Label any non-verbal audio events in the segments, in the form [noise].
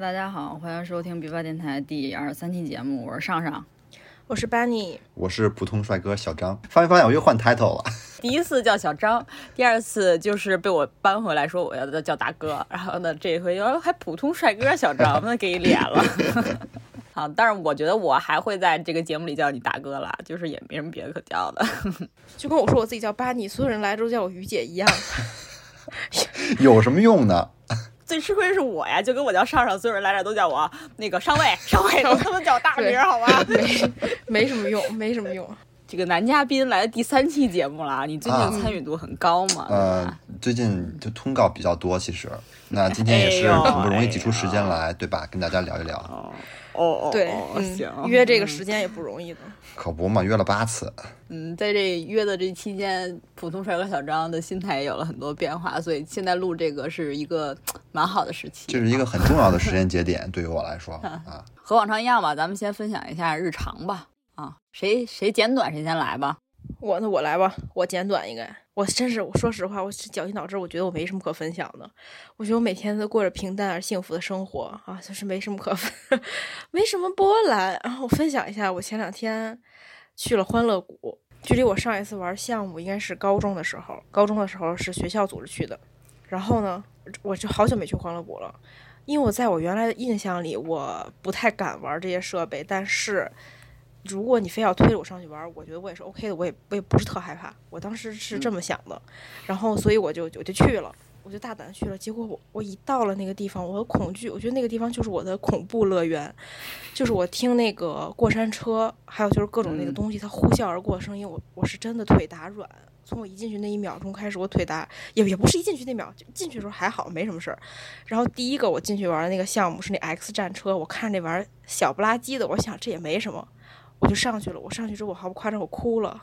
大家好，欢迎收听比巴电台第二十三期节目，我是上上。我是 Bunny，我是普通帅哥小张，发没发现我又换 title 了？ [laughs] 第一次叫小张，第二次就是被我搬回来说我要叫大哥，然后呢，这一回又还普通帅哥小张，那给脸了。 [laughs] 好，但是我觉得我还会在这个节目里叫你大哥啦，就是也没什么别的可叫的。 [laughs] 就跟我说我自己叫巴尼，所有人来之后叫我于姐一样。有什么用呢？ [laughs] 最吃亏是我呀，就跟我叫上上，所有人来这儿都叫我那个上尉，上尉，都他妈叫我大名对儿好吧？没 [laughs] 没什么用，没什么用。 [laughs] 这个男嘉宾来第三期节目了，你最啊近参与度很高嘛？对吧呃，最近就通告比较多，其实那今天也是哎呦很不容易挤出时间哎来，对吧？跟大家聊一聊，哦哦哦，对，哦嗯行，约这个时间也不容易的。可不嘛，约了八次，嗯，在这约的这期间，普通帅哥小张的心态也有了很多变化，所以现在录这个是一个蛮好的时期。这是一个很重要的时间节 [laughs] 点，对于我来说啊，和往常一样吧，咱们先分享一下日常吧。啊，谁谁简短谁先来吧。 [laughs] 我那我来吧，我简短一个。我真是，我说实话，我是绞尽脑汁，我觉得我没什么可分享的。我觉得我每天都过着平淡而幸福的生活啊，就是没什么可分， [laughs] 没什么波澜。然后我分享一下，我前两天去了欢乐谷，距离我上一次玩项目应该是高中的时候，高中的时候是学校组织去的。然后呢，我就好久没去欢乐谷了，因为我在我原来的印象里，我不太敢玩这些设备，但是如果你非要推着我上去玩儿，我觉得我也是 OK 的，我也我也不是特害怕。我当时是这么想的，然后所以我就我就去了，我就大胆地去了。结果我我一到了那个地方，我的恐惧，我觉得那个地方就是我的恐怖乐园，就是我听那个过山车，还有就是各种那个嗯东西它呼啸而过的声音，我我是真的腿打软。从我一进去那一秒钟开始，我腿打也也不是一进去那秒，就进去的时候还好，没什么事儿。然后第一个我进去玩的那个项目是那 X 战车，我看那玩意儿小不拉几的，我想这也没什么，我就上去了。我上去之后，我毫不夸张，我哭了。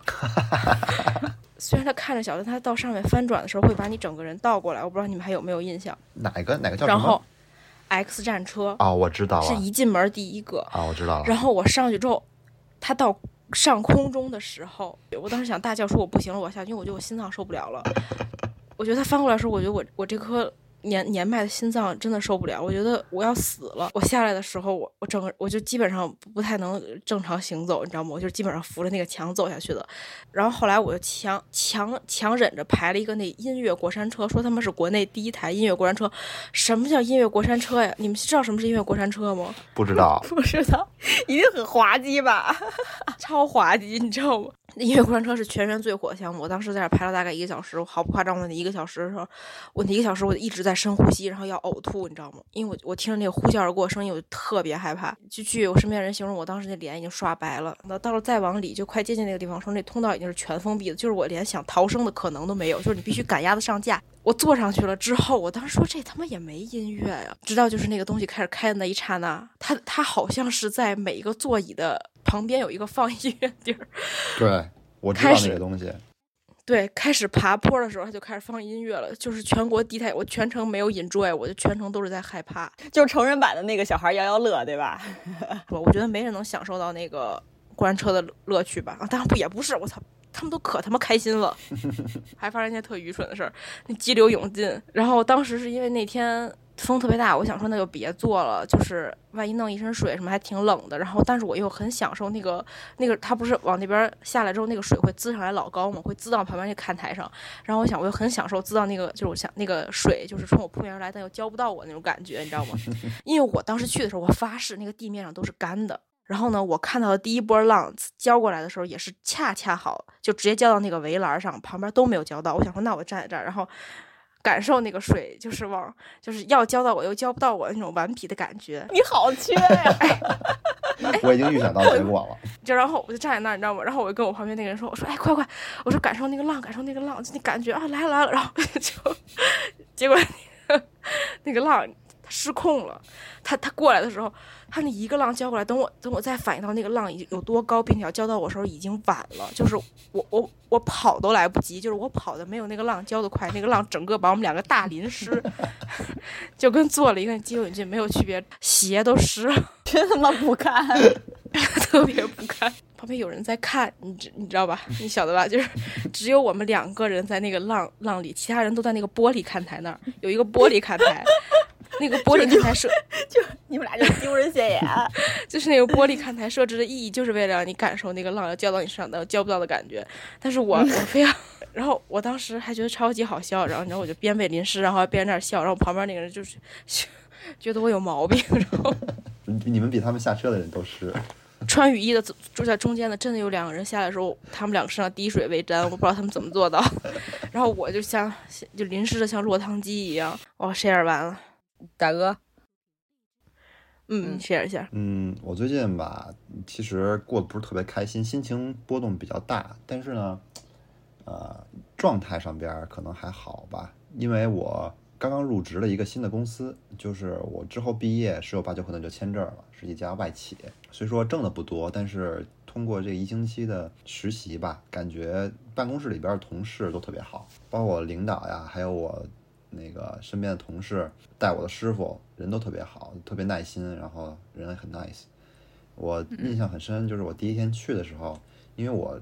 [laughs] 虽然它看着小，但它到上面翻转的时候会把你整个人倒过来，我不知道你们还有没有印象。哪个哪个叫什然后么？ X 战车啊，我知道是了，一进门第一个，啊，我知道了然，后我上去之后，它到上空中的时候，我当时想大叫说我不行了，我要下去，因为我觉得我心脏受不了了。我觉得它翻过来的时候，我觉得我我这颗年年迈的心脏真的受不了，我觉得我要死了。我下来的时候，我我整个我就基本上不不太能正常行走，你知道吗？我就基本上扶着那个墙走下去的。然后后来我就强强强忍着排了一个那音乐过山车，说他们是国内第一台音乐过山车。什么叫音乐过山车呀？你们知道什么是音乐过山车吗？不知 [laughs] 道，不知道，一定很滑稽吧？ [laughs] 超滑稽，你知道吗？因为过山车是全员最火的项目，我当时在那儿排了大概一个小时，我毫不夸张，我那一个小时的时候，我那一个小时我一直在深呼吸，然后要呕吐，你知道吗？因为我我听着那个呼啸而过的声音，我就特别害怕。就据我身边人形容，我当时那脸已经刷白了。那到了再往里，就快接近那个地方的时候，那通道已经是全封闭的，就是我连想逃生的可能都没有，就是你必须赶鸭子上架。我坐上去了之后，我当时说这他妈也没音乐呀、直到就是那个东西开始开的那一刹那，它它好像是在每一个座椅的旁边有一个放音乐地儿，对，我知道开始那个东西，对，开始爬坡的时候，它就开始放音乐了，就是全国第一台，我全程没有 enjoy，我就全程都是在害怕，就是成人版的那个小孩摇摇乐，对吧？ [laughs] 我我觉得没人能享受到那个过山车的乐趣吧，啊，当然不也不是，我操。他们都可他妈开心了，还发生一件特愚蠢的事儿，那激流勇进。然后当时是因为那天风特别大，我想说那就别做了，就是万一弄一身水什么还挺冷的。然后但是我又很享受那个那个，它不是往那边下来之后那个水会滋上来老高嘛，会滋到旁边那看台上。然后我想我又很享受滋到那个就是我想那个水就是冲我扑面而来，但又浇不到我那种感觉，你知道吗？因为我当时去的时候，我发誓那个地面上都是干的。然后呢，我看到的第一波浪浇过来的时候，也是恰恰好，就直接浇到那个围栏上，旁边都没有浇到。我想说，那我站在这儿，然后感受那个水，就是往就是要浇到我又浇不到我那种顽皮的感觉。你好缺呀、 [laughs] [laughs] 哎我已经预想到结果了，就然后我就站在那儿，你知道吗？然后我就跟我旁边那个人说：“我说哎，快快！我说感受那个浪，感受那个浪，就那感觉啊，来了来了。” [laughs] 然后就结果那个那个浪它失控了，它它过来的时候，它那一个浪浇过来，等我等我再反应到那个浪已有多高，并且要浇到我的时候已经晚了，就是我我我跑都来不及，就是我跑的没有那个浪浇的快，那个浪整个把我们两个大淋湿， [laughs] 就跟做了一个激流勇进没有区别，鞋都湿了。真他妈不堪！特别不堪。旁边有人在看，你知你知道吧？ [laughs] 你晓得吧？就是只有我们两个人在那个浪浪里，其他人都在那个玻璃看台那儿，有一个玻璃看台。 [laughs] 那个玻璃看台设， [laughs] 你们俩就丢人现眼。 [laughs] 就是那个玻璃看台设置的意义，就是为了让你感受那个浪要浇到你身上的浇不到的感觉。但是我我非要， [laughs] 然后我当时还觉得超级好笑，然后然后我就边背林诗，然后还边在那儿笑，然后旁边那个人就是 [laughs] 觉得我有毛病， [laughs] 然后你你们比他们下车的人都湿。穿雨衣的住在中间的，真的有两个人下来的时候，他们两个身上滴水未沾，我不知道他们怎么做到。 [laughs] 然后我就像就淋湿的像落汤鸡一样，哇、s h a r e 完了，大哥，嗯嗯，share 一下，嗯，我最近吧，其实过得不是特别开心，心情波动比较大，但是呢，呃，状态上边儿可能还好吧，因为我刚刚入职了一个新的公司，就是我之后毕业十有八九可能就签证了，是一家外企，虽说挣的不多，但是通过这一星期的实习吧，感觉办公室里边儿的同事都特别好，包括我领导呀，还有我那个身边的同事带我的师傅，人都特别好，特别耐心，然后人很 nice。我嗯印象很深，就是我第一天去的时候，因为我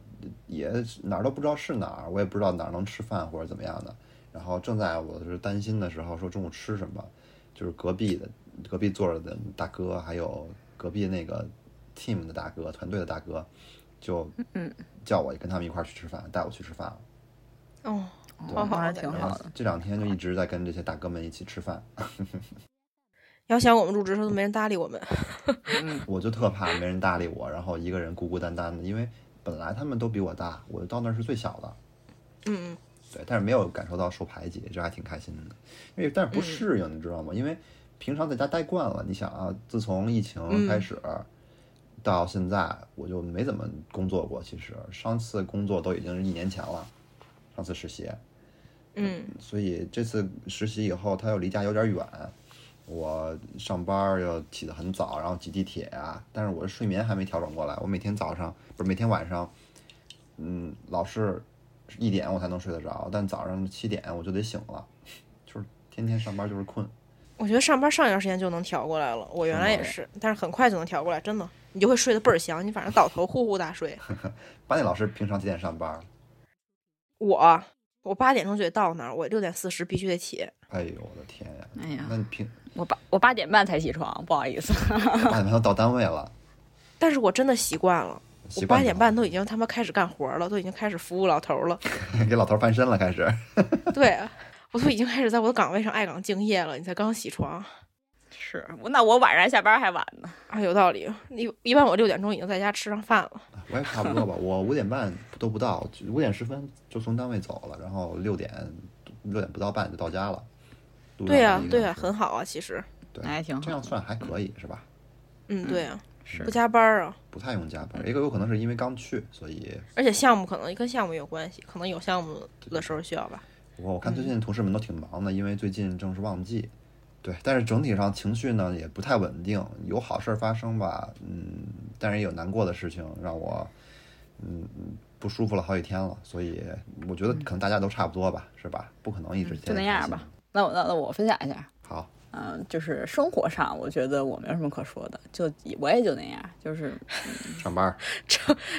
也哪儿都不知道是哪儿，我也不知道哪儿能吃饭或者怎么样的。然后正在我就是担心的时候，说中午吃什么，就是隔壁的隔壁坐着的大哥，还有隔壁那个 team 的大哥，团队的大哥，就嗯叫我跟他们一块儿去吃饭，带我去吃饭了。哦，对好好还好，是挺然好后的。这两天就一直在跟这些大哥们一起吃饭，要想我们入职的时候都没人搭理我们，嗯，我就特怕没人搭理我，然后一个人孤孤单单的，因为本来他们都比我大，我到那儿是最小的，嗯，对，但是没有感受到受排挤，这还挺开心的。因为嗯但是不适应，你知道吗？因为平常在家待惯了，你想啊，自从疫嗯情开始、到现在，我就没怎么工作过。其实上次工作都已经是一年前了，上次实习，嗯所以这次实习以后，他又离家有点远，我上班儿又起得很早，然后挤地铁啊，但是我的睡眠还没调整过来，我每天早上不是每天晚上，嗯，老是一点我才能睡得着，但早上七点我就得醒了，就是天天上班就是困。我觉得上班上一段时间就能调过来了，我原来也嗯是，但是很快就能调过来，真的，你就会睡得倍儿香，你反正倒头呼呼大睡。班里老师平常几点上班？我啊我八点钟就得到那儿，我六点四十必须得起。哎呦我的天呀！哎呀啊那你平我八我八点半才起床，不好意思。 [laughs] 八点半要到单位了，但是我真的习惯了，习我惯八点了半都已经他妈开始干活了，都已经开始服务老头了。 [laughs] 给老头儿翻身了，开始。对，啊我都已经开始在我的岗位上爱岗敬业了。你才刚起床是，那我晚上下班还晚呢。啊，有道理。一一般我六点钟已经在家吃上饭了。我也差不多吧，我五点半都不到，五点十分就从单位走了，然后六点六点不到半就到家了。路上对呀、一个对呀、小时很好啊，其实，对，那还挺好这样算还可以是吧？嗯，对呀、哎是不加班儿啊。不太用加班，一个有可能是因为刚去，所以而且项目可能跟项目有关系，可能有项目的时候需要吧。我我看嗯最近同事们都挺忙的，因为最近正是旺季。对，但是整体上情绪呢也不太稳定，有好事儿发生吧，嗯，但是也有难过的事情让我，嗯，不舒服了好几天了，所以我觉得可能大家都差不多吧，是吧？不可能一直天嗯就天那开样心吧。那我那那我分享一下，好，嗯，就是生活上，我觉得我没有什么可说的，就我也就那样，就是上班儿，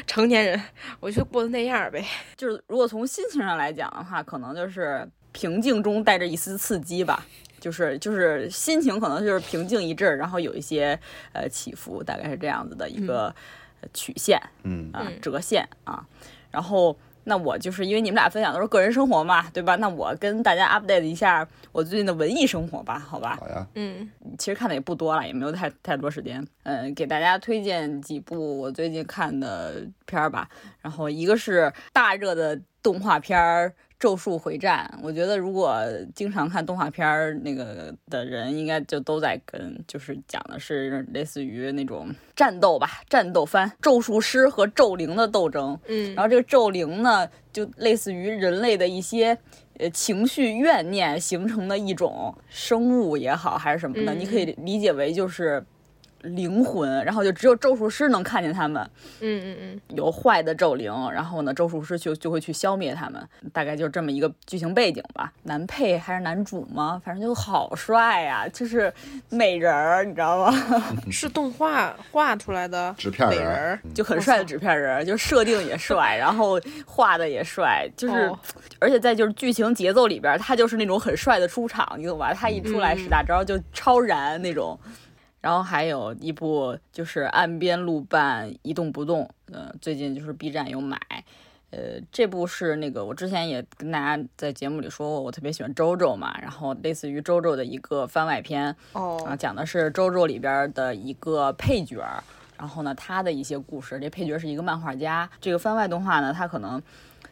成年人，我就过得那样儿呗。就是如果从心情上来讲的话，可能就是平静中带着一丝刺激吧。就是就是心情可能就是平静一阵儿，然后有一些呃起伏，大概是这样子的一个呃曲线嗯，啊、嗯折线啊。然后那我就是因为你们俩分享都是个人生活嘛，对吧？那我跟大家 update 一下我最近的文艺生活吧，好吧？好呀，嗯其实看的也不多了，也没有太太多时间。嗯，给大家推荐几部我最近看的片儿吧。然后一个是大热的动画片儿《咒术回战》，我觉得如果经常看动画片儿那个的人，应该就都在跟，就是讲的是类似于那种战斗吧，战斗番，咒术师和咒灵的斗争。嗯然后这个咒灵呢，就类似于人类的一些呃情绪怨念形成的一种生物也好，还是什么的，嗯你可以理解为就是灵魂，然后就只有咒术师能看见他们。嗯嗯有坏的咒灵，然后呢，咒术师就就会去消灭他们，大概就是这么一个剧情背景吧。男配还是男主吗？反正就好帅呀、就是美人儿，你知道吗？ [laughs] 嗯，是动画画出来的纸片美人儿儿，就很帅的纸片人儿，就设定也帅，然后画的也帅，就是、哦而且在就是剧情节奏里边儿，他就是那种很帅的出场，你懂吧？他一出来嗯使大招就超燃那种。然后还有一部就是《岸边露伴一动不动》，呃，最近就是 B 站有买。呃，这部是那个我之前也跟大家在节目里说过，我特别喜欢 JoJo 嘛，然后类似于 JoJo 的一个番外篇，啊，哦，讲的是《周周》里边儿的一个配角儿，然后呢，他的一些故事。这配角是一个漫画家。这个番外动画呢，它可能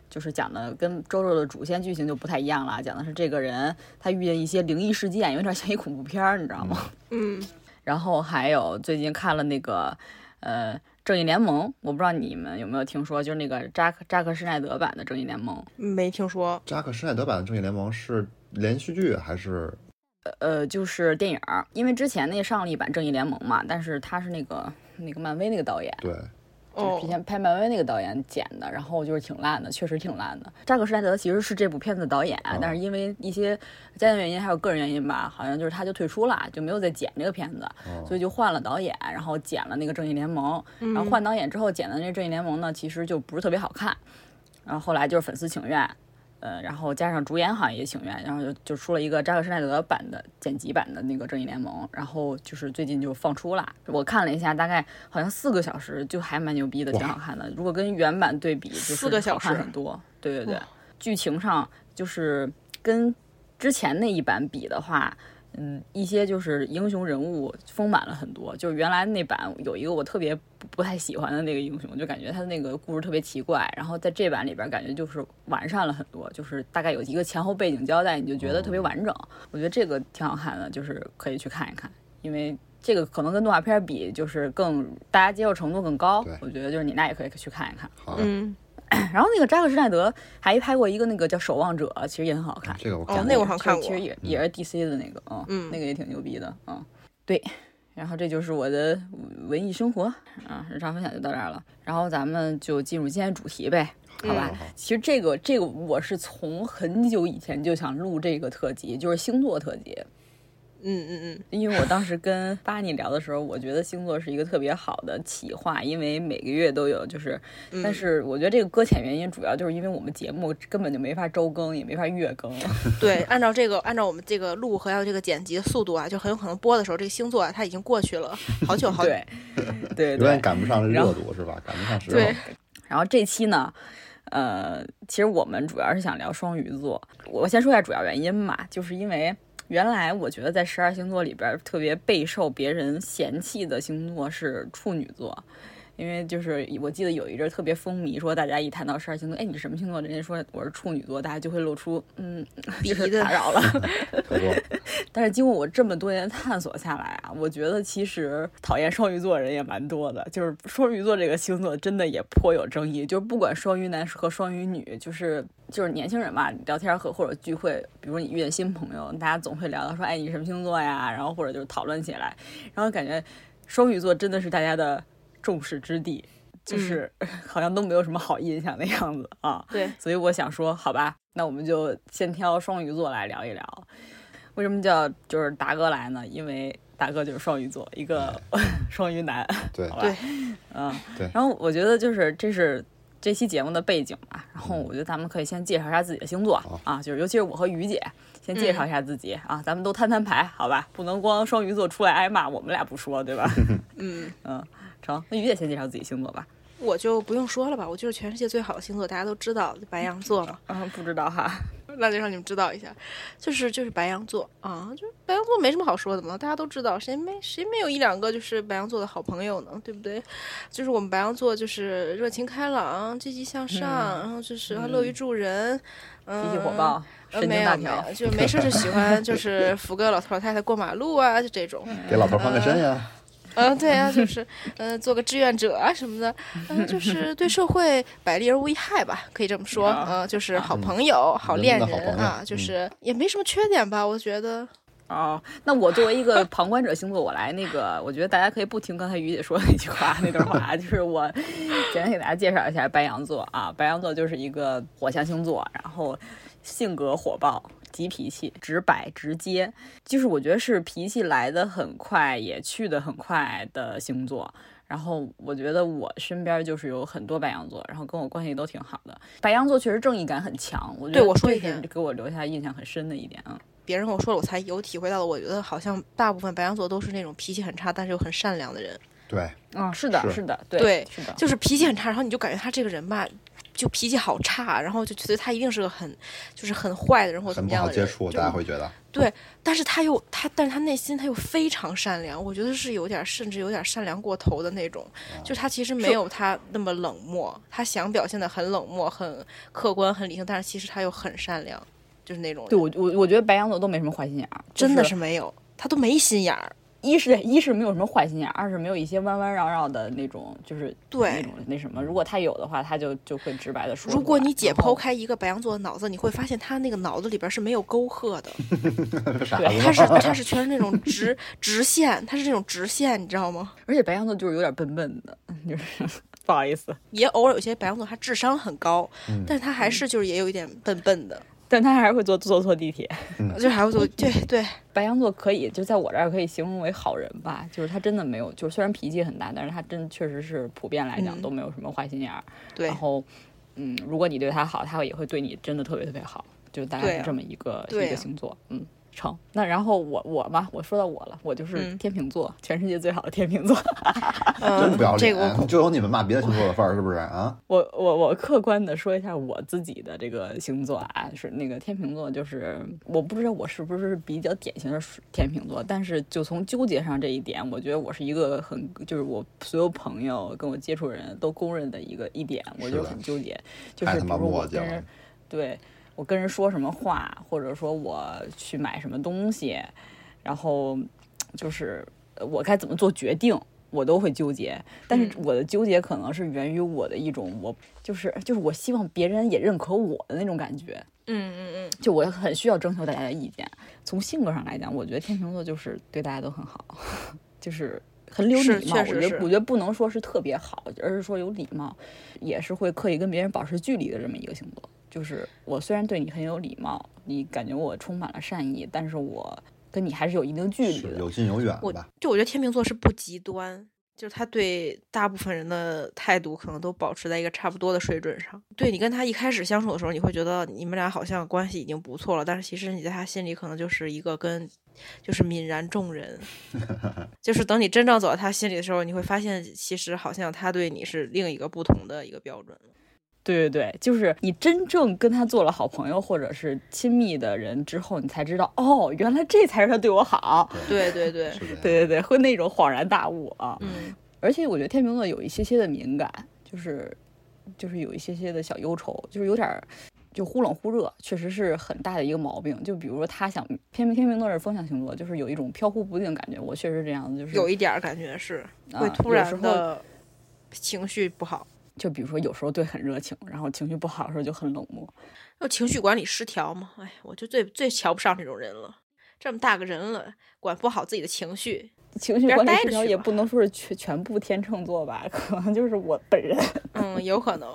就是讲的跟周周的主线剧情就不太一样了，讲的是这个人他遇见一些灵异事件，有点像一恐怖片儿，你知道吗？嗯，然后还有最近看了那个，呃。正义联盟，我不知道你们有没有听说，就是那个扎克扎克施耐德版的正义联盟，没听说，扎克施耐德版的《正义联盟》是连续剧还是呃，就是电影儿，因为之前那上了一版正义联盟嘛，但是他是那个那个漫威那个导演，对？就是哦之，前拍漫威那个导演剪的，然后就是挺烂的，确实挺烂的。扎克施耐德其实是这部片子的导演，但是因为一些家庭原因还有个人原因吧，好像就是他就退出了，就没有再剪这个片子，哦所以就换了导演，然后剪了那个正义联盟。然后换导演之后剪的那正义联盟呢，其实就不是特别好看。然后后来就是粉丝请愿，呃，然后加上主演好像也请愿，然后就就出了一个扎克施耐德版的剪辑版的那个正义联盟，然后就是最近就放出了。我看了一下，大概好像四个小时，就还蛮牛逼的，哇挺好看的。如果跟原版对比，就是四个小时好看很多。对对对哇，剧情上就是跟之前那一版比的话，嗯，一些就是英雄人物丰满了很多。就是原来那版有一个我特别不不太喜欢的那个英雄，就感觉他的那个故事特别奇怪。然后在这版里边，感觉就是完善了很多，就是大概有一个前后背景交代，你就嗯觉得特别嗯完整。我觉得这个挺好看的，就是可以去看一看，因为。这个可能跟动画片比，就是更大家接受程度更高对。我觉得就是你那也可以去看一看。好呀，嗯，然后那个扎克施耐德还拍过一个那个叫《守望者》，其实也很好看。这个我哦看那过我好像看过其实也也是 DC 的那个，嗯，嗯那个也挺牛逼的，嗯，对。然后这就是我的文艺生活啊，日常分享就到这儿了。然后咱们就进入今天主题呗。好吧，好其实这个这个我是从很久以前就想录这个特辑，就是星座特辑。嗯嗯因为我当时跟巴尼聊的时候，我觉得星座是一个特别好的企划，因为每个月都有，就是，但是我觉得这个搁浅原因主要就是因为我们节目根本就没法周更，也没法月更。嗯，对，按照这个，按照我们这个录和要这个剪辑的速度啊，就很有可能播的时候，这个星座啊，它已经过去 [laughs] 了好久好久。对，对永远 [laughs] 对。赶不上然热后度是吧？赶不上时候。对，然后这期呢，呃，其实我们主要是想聊双鱼座。我先说一下主要原因吧，就是因为原来我觉得在十二星座里边儿特别备受别人嫌弃的星座是处女座。因为就是我记得有一阵儿特别风靡，说大家一谈到十二星座，哎，你什么星座？人家说我是处女座，大家就会露出嗯，鄙就是夷的打扰了。可不，但是经过我这么多年探索下来啊，我觉得其实讨厌双鱼座人也蛮多的，就是双鱼座这个星座真的也颇有争议。就是不管双鱼男和双鱼女，就是就是年轻人嘛，聊天和或者聚会，比如你遇见新朋友，大家总会聊到说，哎，你什么星座呀？然后或者就是讨论起来，然后感觉双鱼座真的是大家的众矢之的，就是、 [laughs] 好像都没有什么好印象的样子啊。对，所以我想说，好吧，那我们就先挑双鱼座来聊一聊。为什么叫就是达哥来呢？因为达哥就是双鱼座，一个 [laughs] 双鱼男， [laughs] 对好吧？对嗯，对然后我觉得就是这是这期节目的背景吧。然后我觉得咱们可以先介绍一下自己的星座好啊，就是尤其是我和于姐先介嗯绍一下自己、啊，咱们都摊摊牌，好吧？不能光双鱼座出来挨骂，我们俩不说，对吧？嗯， [laughs] 嗯，成，那于姐先介绍自己星座吧。我就不用说了吧，我就是全世界最好的星座，大家都知道白羊座嘛。嗯，不知道哈。那就让你们知道一下，就是就是白羊座啊，就白羊座没什么好说的嘛，大家都知道，谁没谁没有一两个就是白羊座的好朋友呢，对不对？就是我们白羊座就是热情开朗、积极向上，嗯然后就是还乐于助人，嗯，脾气火爆，呃。神经没大有没条，有，就没事就喜 [laughs] 欢就是扶个老头老太太过马路啊，就这种。给老头翻个身呀。嗯、对啊，就是，呃，做个志愿者啊什么 [laughs] 的，嗯、就是对社会百利而无一害吧，可以这么说，呃啊嗯、就是好朋友、好恋人民的好人朋友啊，就嗯是也没什么缺点吧，我觉得，哦，那我作为一个旁观者星座，我来那个，我觉得大家可以不听刚才于姐说的那句话那段话，就是我简单给大家介绍一下白羊座啊，白羊座就是一个火象星座，然后性格火爆。急脾气，直白直接，就是我觉得是脾气来的很快，也去的很快的星座。然后我觉得我身边就是有很多白羊座，然后跟我关系都挺好的。白羊座确实正义感很强，我觉得对我说这一点是给我留下印象很深的一点啊。别人跟我说了，我才有体会到的。我觉得好像大部分白羊座都是那种脾气很差，但是又很善良的人。对，啊、是的，是是的，对，对是的，啊就是脾气很差，然后你就感觉他这个人吧，就脾气好差，然后就觉得他一定是个很就是很坏的人或者怎很么不样好的人。接触，就大家会觉得但是他又他，但是他内心他又非常善良，我觉得是有点甚至有点善良过头的那种，就他其实没有他那么冷漠，他想表现的很冷漠、很客观、很理性，但是其实他又很善良，就是那种人对我我我觉得白羊座都没什么坏心眼儿，真的就是没有，他都没心眼儿。一是一是没有什么坏心眼儿，二是没有一些弯弯绕绕的那种，就是对那种那什么。如果他有的话，他就就会直白的说出来。如果你解然后剖开一个白羊座的脑子，你会发现他那个脑子里边是没有沟壑的，傻对子他吗？是啊他是全是那种直 [laughs] 直线，他是那种直线，你知道吗？而且白羊座就是有点笨笨的，就是 [laughs] 不好意思，也偶尔有些白羊座他智商很高，嗯但是他还是就是也有一点笨笨的，但他还是会坐坐错地 [laughs] 铁。嗯就还会做对对。白羊座可以就在我这儿可以形容为好人吧，就是他真的没有，就是虽然脾气很大，但是他真确实是普遍来讲嗯都没有什么坏心眼儿。对然哦后，嗯，如果你对他好，他也会对你真的特别特别好，就大对概啊是这么一个、对一啊个星座，嗯。成，那然后我我嘛，我说到我了，我就是嗯天秤座，全世界最好的天秤座。 [laughs] 嗯，真不要这脸个我，就有你们骂别的星座的份儿，是不 [laughs] 是啊？我我我客观的说一下我自己的这个星座啊，是那个天秤座，就是我不知道我是不是比较典型的水天秤座，但是就从纠结上这一点，我觉得我是一个很就是我所有朋友跟我接触人都公认的一个一点，我是就的很纠结，就太是他比妈如说磨我叽跟了人。对我跟人说什么话，或者说我去买什么东西，然后就是呃我该怎么做决定，我都会纠结。但是我的纠结可能是源于我的一种，我就是就是我希望别人也认可我的那种感觉。嗯嗯嗯，就我很需要征求大家的意见。从性格上来讲，我觉得天秤座就是对大家都很好， [laughs] 就是很有是礼貌。确我实觉得是我觉得不能说是特别好，而是说有礼貌，也是会刻意跟别人保持距离的这么一个星座。就是我虽然对你很有礼貌，你感觉我充满了善意，但是我跟你还是有一定距离是的。有近有远我吧？就我觉得天秤座是不极端，就是他对大部分人的态度可能都保持在一个差不多的水准上。对你跟他一开始相处的时候，你会觉得你们俩好像关系已经不错了，但是其实你在他心里可能就是一个跟就是泯然众 [laughs] 人，就是等你真正走到他心里的时候，你会发现其实好像他对你是另一个不同的一个标准了。对对对，就是你真正跟他做了好朋友或者是亲密的人之后，你才知道哦，原来这才是他对我好。对对对，是啊的。对对对，会那种恍然大悟啊。嗯，而且我觉得天秤座有一些些的敏感，就是就是有一些些的小忧愁，就是有点儿就忽冷忽热，确实是很大的一个毛病。就比如说他想偏偏天秤座是风象星座，就是有一种飘忽不定的感觉。我确实这样，就是有一点儿感觉是会啊突有然时候的情绪不好。就比如说有时候对很热情，然后情绪不好的时候就很冷漠。那情绪管理失调嘛，哎，我就最最瞧不上这种人了。这么大个人了，管不好自己的情绪，情绪边儿管待理失着调去也吧不能说是全全部天秤座吧， [laughs] 可能就是我本人。 [laughs] 嗯，有可能。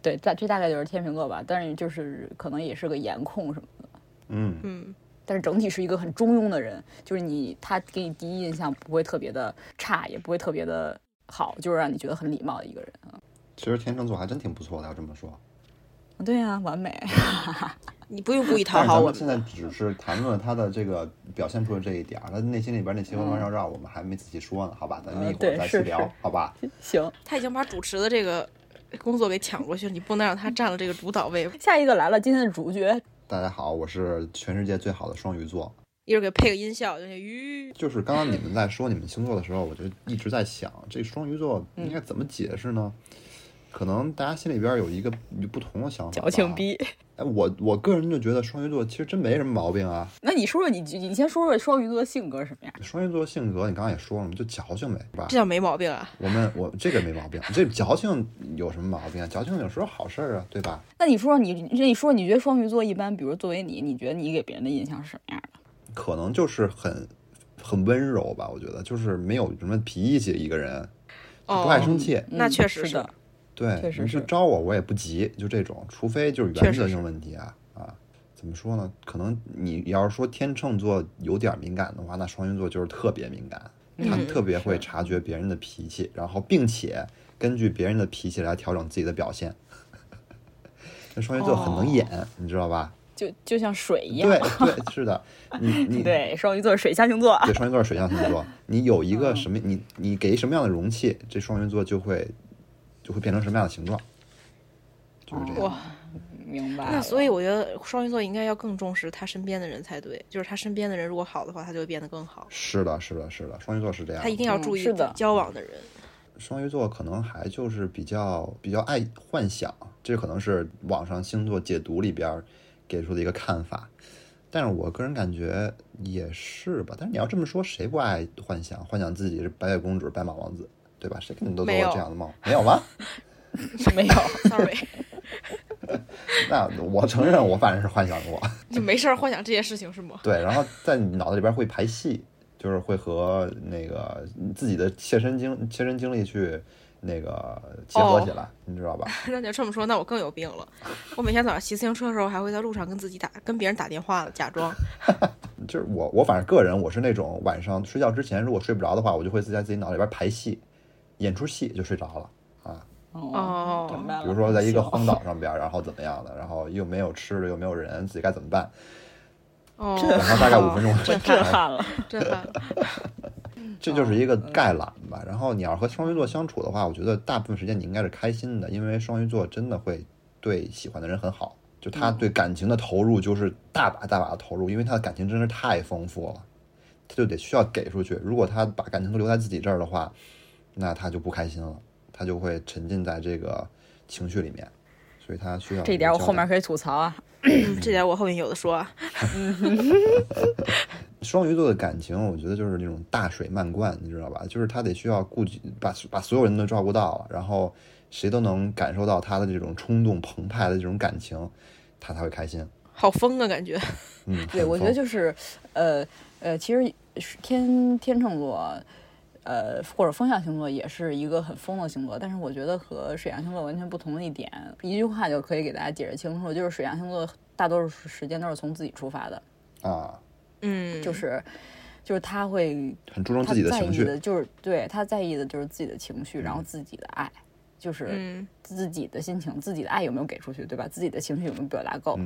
对，大这大概就是天秤座吧，但是就是可能也是个颜控什么的。嗯，嗯，但是整体是一个很中庸的人，就是你他给你第一印象不会特别的差，也不会特别的好，就是让你觉得很礼貌的一个人。其实天秤座还真挺不错的，要这么说。哦对呀、完美。你不用故意讨但是好咱我们现们。在只是谈论他的这个表现出的这一点儿，他内心里边那些弯嗯弯绕绕，我们还没仔细说呢，好吧？咱们呃一会儿对再是细聊是，好吧？ [laughs] 行，他已经把主持的这个工作给抢过去了，你不能让他占了这个主导位。下一个来了，今天的主角大家好，我是全世界最好的双鱼座。一会儿给配个音效，就那吁。就是刚刚你们在说你们星座的时候，我就一直在想，这双鱼座应该怎么解释呢？可能大家心里边有一个不同的想法。矫情。逼。 [laughs] 哎，我我个人就觉得双鱼座其实真没什么毛病啊。那你说说你你先说说双鱼座性格什么样？双鱼座性格你刚刚也说了嘛，就矫情呗，是吧这？叫没毛病啊！我们我这个没毛病，这矫情有什么毛病啊？矫情有时候好事儿啊，对吧？那你说说你你你说说你觉得双鱼座一般，比如作为你，你觉得你给别人的印象是什么样的？可能就是很很温柔吧，我觉得就是没有什么脾气，一个人就不爱哦，生气，那嗯确实是是的，对，确实你就是招我我也不急，就这种，除非就是确原实则是性问题啊啊，怎么说呢？可能你要是说天秤座有点敏感的话，那双鱼座就是特别敏感，他嗯特别会察觉别人的脾气，然后并且根据别人的脾气来调整自己的表现。 [laughs] 那双鱼座很能演，你知道吧？就就像水一样。对对，是的，你你对，双鱼座是水象星座，对，双鱼座是水象星座，你有一个什么，你你给什么样的容器，这双鱼座就会就会变成什么样的形状，嗯就是这样。哇。明白了。那所以我觉得双鱼座应该要更重视他身边的人才对，就是他身边的人如果好的话，他就会变得更好。是啊的，是的，是的，双鱼座是这样的。他一定要嗯注意是的交往的人。双鱼座可能还就是比较比较爱幻想，这可能是网上星座解读里边儿给出的一个看法。但是我个人感觉也是吧。但是你要这么说，谁不爱幻想？幻想自己是白雪公主、白马王子，对吧？谁肯定都做没过有这样的梦，没有吗？ [laughs] 没有 Sorry，那我承认，我反正是幻想过。你没事儿幻想这些事情是吗？ [laughs] 对，然后在你脑子里边会排戏，就是会和那个自己的切身经切身经历去那个结合起来，你知道吧？那你要这么说，那我更有病了。我每天早上骑自行车的时候，还会在路上跟自己打、跟别人打电话呢，假装。就是我我反正个人我是那种晚上睡觉之前如果睡不着的话，我就会在自己脑子里边排戏，演出戏就睡着了。啊哦，明哦，白了。比如说在一个行荒岛上边儿，然后怎么样的，然后又没有吃的，又没有人，自己该怎么办？哦，然后大概五分钟我震撼了，震撼。嗯这就是哦一个概览吧。然后你要是和双鱼座相处的话，我觉得大部分时间你应该是开心的，因为双鱼座真的会对喜欢的人很好，就他嗯对感情的投入就是大把大把的投入，因为他的感情真是太丰富了，他就得需要给出去。如果他把感情都留在自己这儿的话，那他就不开心了，他就会沉浸在这个情绪里面，所以他需要这一点我后面可以吐槽啊。嗯这点我后面有的说啊。双鱼座的感情，我觉得就是那种大水漫灌，你知道吧？就是他得需要顾及把把所有人都照顾到了，然后谁都能感受到他的这种冲动澎湃的这种感情，他才会开心。好疯啊，感觉嗯，对，很我觉得疯就是，呃呃，其实是天天秤座，呃或者风象星座也是一个很疯的星座，但是我觉得和水象星座完全不同的一点，一句话就可以给大家解释清楚，就是水象星座大多数时间都是从自己出发的，啊，嗯，就是就是他会很注重他自己的在情意绪嗯的，就是对他在意的就是自己的情绪，然后自己的爱，就是。嗯，自己的心情、自己的爱有没有给出去，对吧？自己的情绪有没有表达够？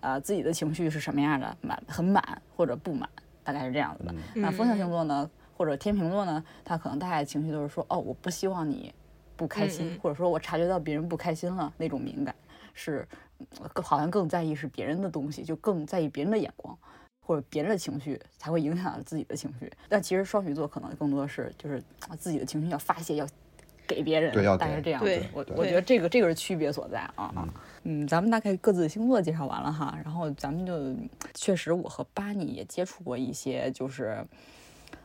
啊、嗯自己的情绪是什么样的？满很满或者不满，大概是这样子吧。嗯嗯那风象星座呢，或者天秤座呢，他可能大概情绪都是说，哦，我不希望你不开心，嗯嗯或者说我察觉到别人不开心了那种敏感，是呃更好像更在意是别人的东西，就更在意别人的眼光。或者别人的情绪才会影响自己的情绪，但其实双鱼座可能更多是就是啊自己的情绪要发泄，要给别人，对要大概给是这样子对。啊我对我觉得这个这个是区别所在啊。啊嗯，咱们大概各自的星座介绍完了哈，然后咱们就确实我和巴尼也接触过一些，就是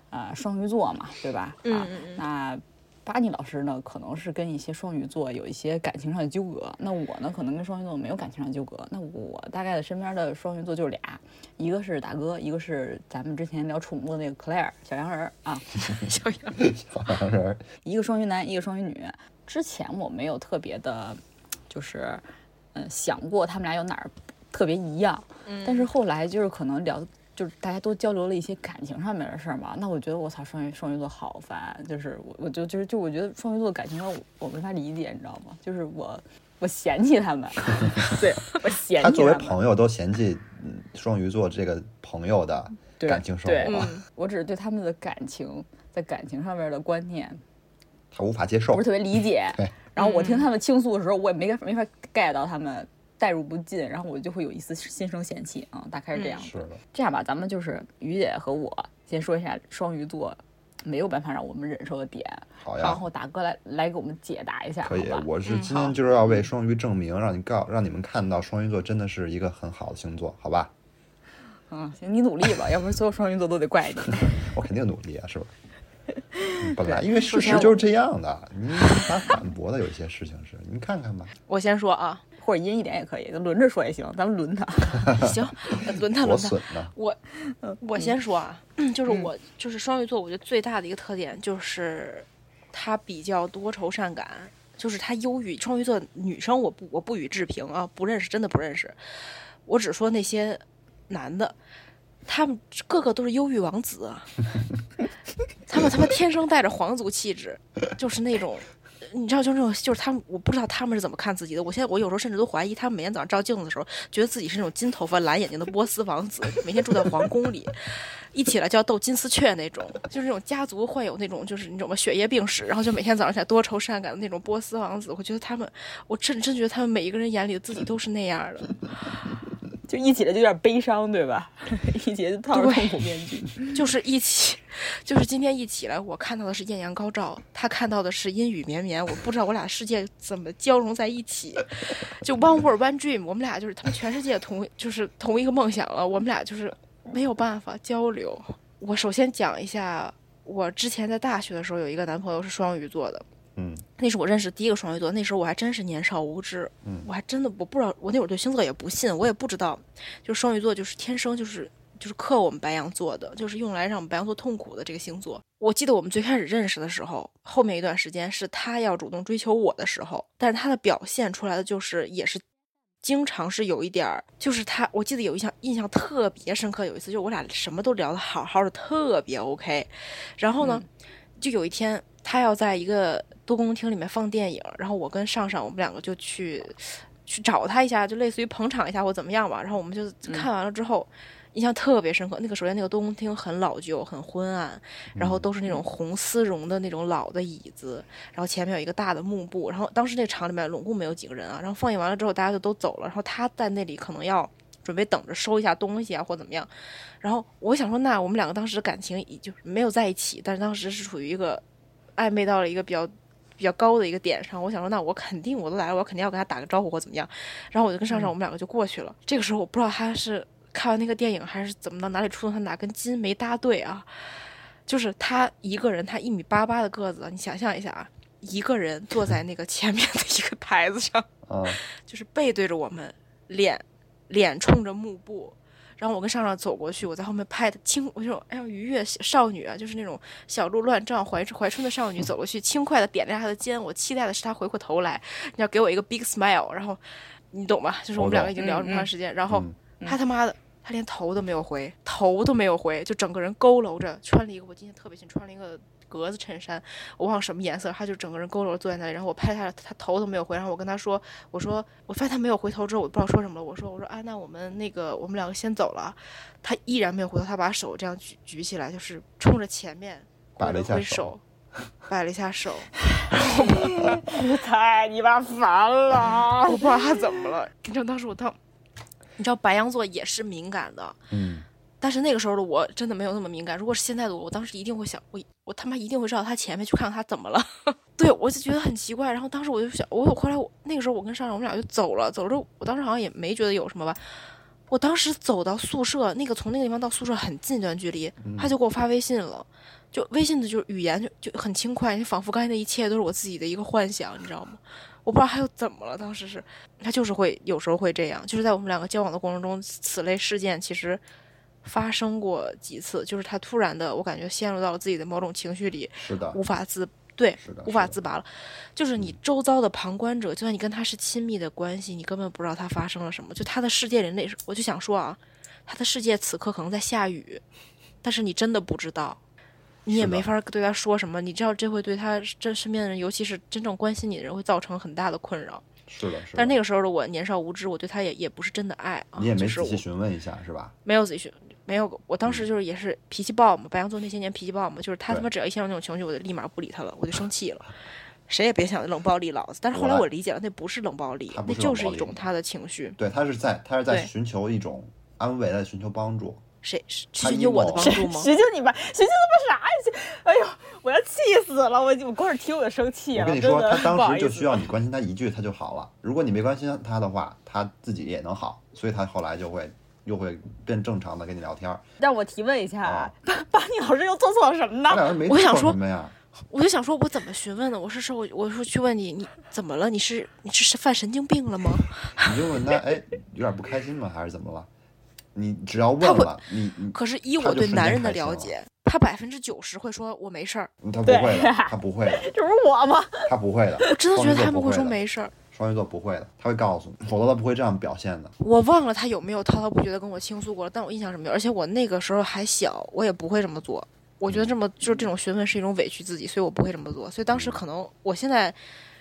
啊双鱼座嘛，对吧？嗯啊嗯嗯那巴尼老师呢，可能是跟一些双鱼座有一些感情上的纠葛。那我呢，可能跟双鱼座没有感情上的纠葛。那我大概的身边的双鱼座就俩，一个是大哥，一个是咱们之前聊宠物的那个 Claire 小洋人儿啊。小杨，好像是一个双鱼男，一个双鱼女。之前我没有特别的，就是嗯想过他们俩有哪儿特别一样，嗯但是后来就是可能聊，就是大家都交流了一些感情上面的事儿嘛。那我觉得我操，双鱼双鱼座好烦，就是我我就就是就我觉得双鱼座的感情观我我没法理解，你知道吗？就是我我嫌 [laughs] 弃他们，对我嫌弃他作为们朋友都嫌弃嗯双鱼座这个朋友的对感情生对活，嗯我只是对他们的感情在感情上面的观念他无法接受不是。特别理解嗯对。然后我听他们倾诉的时候，我也没法没法 get 到他们，代入不进，然后我就会有一丝心生嫌弃啊、大概是这样。是的，这样吧，咱们就是于姐和我先说一下双鱼座没有办法让我们忍受的点，好然哎呀，后大哥来来给我们解答一下，可以好吧。？我是嗯今好天就是要为双鱼证明，让你告让你们看到双鱼座真的是一个很好的星座，好吧？嗯，行，你努力吧，要不然所有双鱼座都得怪你。我肯定努力 [laughs] 啊，是吧？嗯本来对因为事首先实 [laughs] 我就是这样的，你没法反驳的。有一些事情是，你看看吧。 [laughs] 我先说啊，或者阴一点也可以，就轮着说也行，咱们轮他。行，轮他多轮他。损 [laughs] 呢！我我先说啊， [clears throat] 就是我就是双鱼座，我觉得最大的一个特点就是他比较多愁善感，就是他忧郁。双鱼座女生我不我不予置评啊，不认识真的不认识，我只说那些男的，他们个个都是忧郁王子啊，他们他妈天生带着皇族气质，就是那种。你知道，就那种，就是他们，我不知道他们是怎么看自己的。我现在，我有时候甚至都怀疑，他们每天早上照镜子的时候，觉得自己是那种金头发、蓝眼睛的波斯王子，每天住在皇宫里，一起来就要斗金丝雀那种， [laughs] 就是那种家族患有那种就是那种血液病史，然后就每天早上起来多愁善感的那种波斯王子。我觉得他们，我真真觉得他们每一个人眼里自己都是那样的。就一起来就有点悲伤，对吧？ [laughs] 一起来就套着对痛苦面 [laughs] 具。就是一起， [laughs] 就是今天一起来，我看到的是艳阳高照，他看到的是阴雨绵绵，我不知道我俩世界怎么交融在一起， [laughs] 就 one world one dream，我们俩就是他们全世界同就是同一个梦想了，我们俩就是没有办法交流。我首先讲一下，我之前在大学的时候有一个男朋友是双鱼座的，嗯，那是我认识第一个双鱼座，那时候我还真是年少无知，嗯我还真的我不知道，我那会儿对星座也不信，我也不知道，就双鱼座就是天生就是就是克我们白羊座的，就是用来让我们白羊座痛苦的这个星座。我记得我们最开始认识的时候，后面一段时间是他要主动追求我的时候，但是他的表现出来的就是也是。经常是有一点儿，就是他，我记得有一项印象特别深刻，有一次就我俩什么都聊得好好的，特别 OK，然后呢，就有一天他要在一个多功能厅里面放电影，然后我跟上上我们两个就去去找他一下，就类似于捧场一下或怎么样吧。然后我们就嗯看完了之后，印象特别深刻。那个首先那个多功厅很老旧，很昏暗，然后都是那种红丝绒的那种老的椅子，然后前面有一个大的幕布，然后当时那场里面拢共没有几个人啊。然后放映完了之后，大家就都走了，然后他在那里可能要。准备等着收一下东西啊，或怎么样。然后我想说，那我们两个当时感情已就是没有在一起，但是当时是处于一个暧昧到了一个比较比较高的一个点上，我想说，那我肯定我都来了，我肯定要跟他打个招呼或怎么样。然后我就跟上上，我们两个就过去了。这个时候我不知道他是看完那个电影还是怎么的，哪里触动他哪根筋没搭对啊？就是他一个人，他一米八八的个子，你想象一下啊，一个人坐在那个前面的一个台子上，啊，就是背对着我们，脸脸冲着幕布。然后我跟上上走过去，我在后面拍的轻，我就说哎呦愉悦少女啊，就是那种小鹿乱撞、怀怀春的少女走过去，轻快的点了一下她的肩。我期待的是她回过头来，你要给我一个 big smile。然后你懂吧？就是我们两个已经聊了这么长时间，然后嗯他他妈的，他连头都没有回，头都没有回，就整个人佝偻着，穿了一个我今天特别喜欢穿了一个格子衬衫，我忘了什么颜色，他就整个人佝偻坐在那里，然后我拍他，他头都没有回，然后我跟他说，我说我发现他没有回头之后，我不知道说什么了，我说我说啊，那我们那个我们两个先走了，他依然没有回头，他把手这样举举起来，就是冲着前面摆了一下挥手手，摆了一下 [laughs] 手，太你妈烦了！哦我不知道他怎么了，你知道当时我当，你知道白羊座也是敏感的，嗯，但是那个时候的我真的没有那么敏感。如果是现在的我，我当时一定会想，我我他妈一定会绕到他前面去看看他怎么了。 [laughs] 对，我就觉得很奇怪。然后当时我就想，我有后来我那个时候我跟上上我们俩就走了，走着我当时好像也没觉得有什么吧。我当时走到宿舍，那个从那个地方到宿舍很近一段距离，他就给我发微信了，就微信的就是语言就就很轻快，你仿佛刚才那一切都是我自己的一个幻想，你知道吗？我不知道他又怎么了，当时是，他就是会有时候会这样，就是在我们两个交往的过程中，此类事件其实发生过几次，就是他突然的，我感觉陷入到了自己的某种情绪里，是的，无法自对是的，无法是的自拔了。就是嗯你周遭的旁观者，就算你跟他是亲密的关系，你根本不知道他发生了什么。就他的世界里，那我就想说啊，他的世界此刻可能在下雨，但是你真的不知道，你也是的没法对他说什么。你知道这会对他这身边的人，尤其是真正关心你的人，会造成很大的困扰。是的，是的。但是那个时候的我年少无知，我对他也也不是真的爱啊，你也没就是仔我细询问一下是吧？没有自己去，没有。我当嗯时就是也是脾气暴嘛，白羊座那些年脾气暴嘛，就是他他妈只要一陷入那种情绪，我就立马不理他了，我就生气 [laughs] 了，谁也别想冷暴力老子。但是后来我来我理解了，那不是冷暴力他，不那是就冷是暴一力种他的情绪，对，他是在他是在对寻求一种安慰，在寻求帮助。谁是他寻求我的 emo 帮助吗？谁叫你妈？谁叫他妈啥呀？哎呦，我要气死了！我我光是听我就生哎气我了。跟你真说，的他不当好时意就思需要你关心他一句，他就好了。如果你没关心他的话，他自己也能好，所以他后来就会又会变正常的跟你聊天儿。让我提问一下啊，巴巴尼老师又做错了什么他呢？俩人没我做想错说什么呀？我就想说，我怎么询问呢？我是说，我我说去问你，你怎么了？你是你是犯神经病了吗？你就问他，哎，有点不开心吗？还是怎么了？你只要问他会了，你你可是依他我就对瞬男间人的开心了了解，他百分之九十会说我没事儿。他不对会的，他不会的，这不是我吗？他不会的。我真的觉得双鱼座他们不会说的没事儿。双鱼座不会的，他会告诉你，否则他不会这样表现的。我忘了他有没有滔滔不绝的跟我倾诉过了，但我印象是没有。而且我那个时候还小，我也不会这么做。我觉得这么就是这种询问是一种委屈自己，所以我不会这么做。所以当时可能我现在，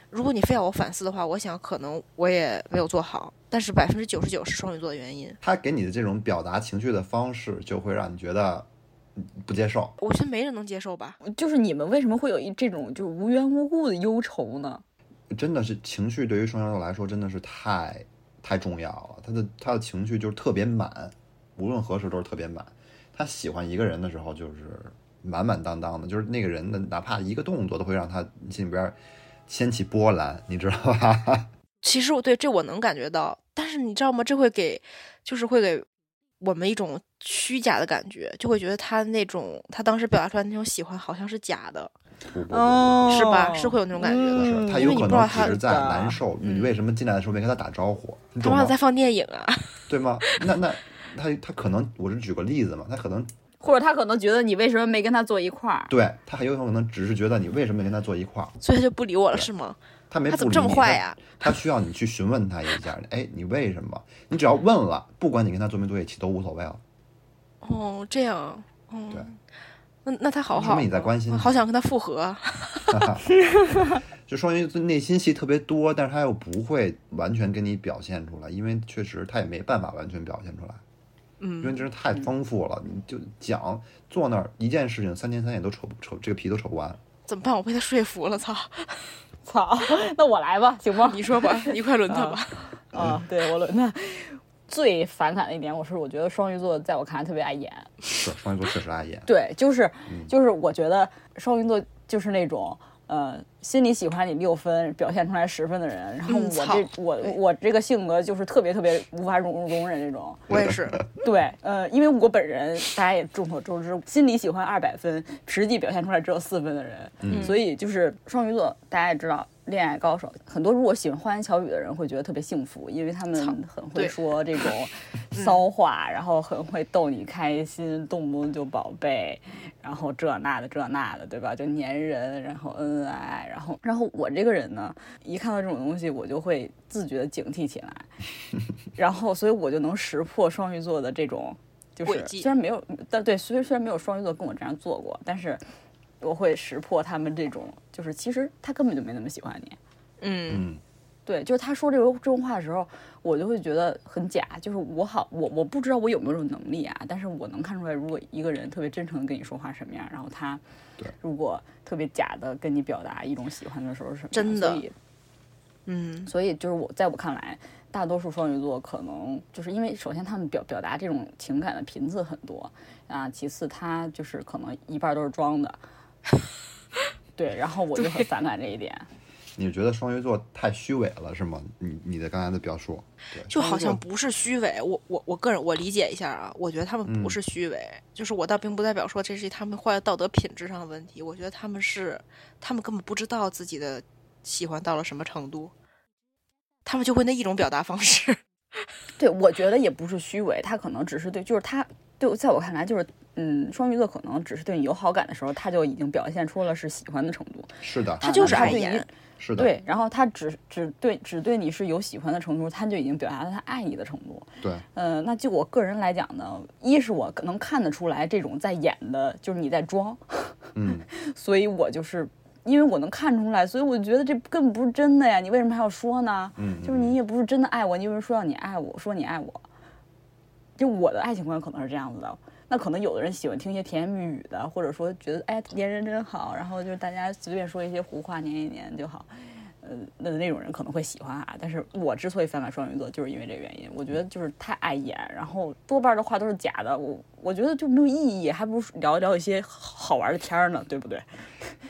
如果你非要我反思的话，我想可能我也没有做好。但是百分之九十九是双鱼座的原因。他给你的这种表达情绪的方式，就会让你觉得嗯不接受。我觉得没人能接受吧。就是你们为什么会有一这种就是无缘无故的忧愁呢？真的是情绪对于双鱼座来说真的是太太重要了，他的他的情绪就是特别满，无论何时都是特别满。他喜欢一个人的时候就是满满当当的，就是那个人的哪怕一个动作都会让他心里边儿掀起波澜，你知道吧？ [laughs] 其实我对这我能感觉到，但是你知道吗？这会给，就是会给我们一种虚假的感觉，就会觉得他那种他当时表达出来那种喜欢好像是假的，不不不哦是吧？是会有那种感觉不的。是嗯他因有为你不可知道能只他是在的难受。嗯你为什么进来的时候没跟他打招呼？你他懂妈吗的？在放电影啊！对吗？那那他他可能，我是举个例子嘛，他可能或者他可能觉得你为什么没跟他坐一块儿？对他很有可能只是觉得你为什么没跟他坐一块儿，所以他就不理我了，是吗？他没他怎么不理这么你坏啊呀、他他需要你去询问他一下，哎，你为什么？你只要问了，不管你跟他坐没坐一起都无所谓了。哦，这样啊，哦，对，那那他好说哦好，明你在关心我他好想跟他复合。就双鱼座内心戏特别多，但是他又不会完全给你表现出来，因为确实他也没办法完全表现出来，因为嗯，真是太丰富了。你就讲坐那儿一件事情，三天三夜都扯不扯这个皮都扯不完。怎么办？我被他说服了，操！操， [laughs] 那我来吧，行吗？你说 [laughs] 吧，你快轮他吧。嗯啊，对我轮那最反感的一点，我是我觉得双鱼座在我看来特别碍眼。是双鱼座确实碍眼，对，就是就是，我觉得双鱼座就是那种。呃，心里喜欢你六分，表现出来十分的人，然后嗯我操这、我对我这个性格就是特别特别无法容容忍这种，我也是，对，呃，因为我本人大家也众所周知，心里喜欢二百分，实际表现出来只有四分的人，嗯所以就是双鱼座，大家也知道，恋爱高手，很多如果喜欢花言巧语的人会觉得特别幸福，因为他们操很会对说这种骚话，然后很会逗你开心，动不动就宝贝，然后这那的这那的，对吧？就粘人，然后恩恩爱爱，然后然后我这个人呢，一看到这种东西，我就会自觉地警惕起来，然后所以我就能识破双鱼座的这种，就诡是计虽然没有，但对，虽虽然没有双鱼座跟我这样做过，但是我会识破他们这种，就是其实他根本就没那么喜欢你。嗯，嗯，对，就是他说这个这种话的时候，我就会觉得很假。就是我好，我我不知道我有没有这种能力啊，但是我能看出来，如果一个人特别真诚的跟你说话什么样，然后他对如果特别假的跟你表达一种喜欢的时候是什么真样，的所以嗯，所以就是我在我看来，大多数双鱼座可能就是因为首先他们表表达这种情感的频次很多啊，其次他就是可能一半都是装的， [laughs] 对，然后我就很反感这一点。你觉得双鱼座太虚伪了是吗？你你的刚才的表述，对，就好双像鱼座不是虚伪。我我我个人我理解一下啊，我觉得他们不嗯是虚伪，就是我倒并不代表说这是他们坏的道德品质上的问题。我觉得他们是，他们根本不知道自己的喜欢到了什么程度，他们就会那一种表达方啊式。对，我觉得也不是虚伪，他可能只是对，就是他对我，在我看来就是，嗯，双鱼座可能只是对你有好感的时候，他就已经表现出了是喜欢的程度。是的， [laughs] 他就是哎啊那碍对眼你是的，对，然后他只只对只对你是有喜欢的程度，他就已经表达了他爱你的程度。对呃，那就我个人来讲呢，一是我能看得出来这种在演的，就是你在装，嗯，所以我就是因为我能看出来，所以我觉得这根本不是真的呀，你为什么还要说呢？嗯就是你也不是真的爱我，你为什么说要你爱我，说你爱我？就我的爱情观可能是这样子的，那可能有的人喜欢听一些甜言蜜语的，或者说觉得哎粘人真好，然后就是大家随便说一些胡话粘一粘就好。呃，那那种人可能会喜欢啊，但是我之所以反感双鱼座，就是因为这个原因。我觉得就是太碍眼，然后多半的话都是假的，我我觉得就没有意义，还不如聊一聊一些好玩的天儿呢，对不对？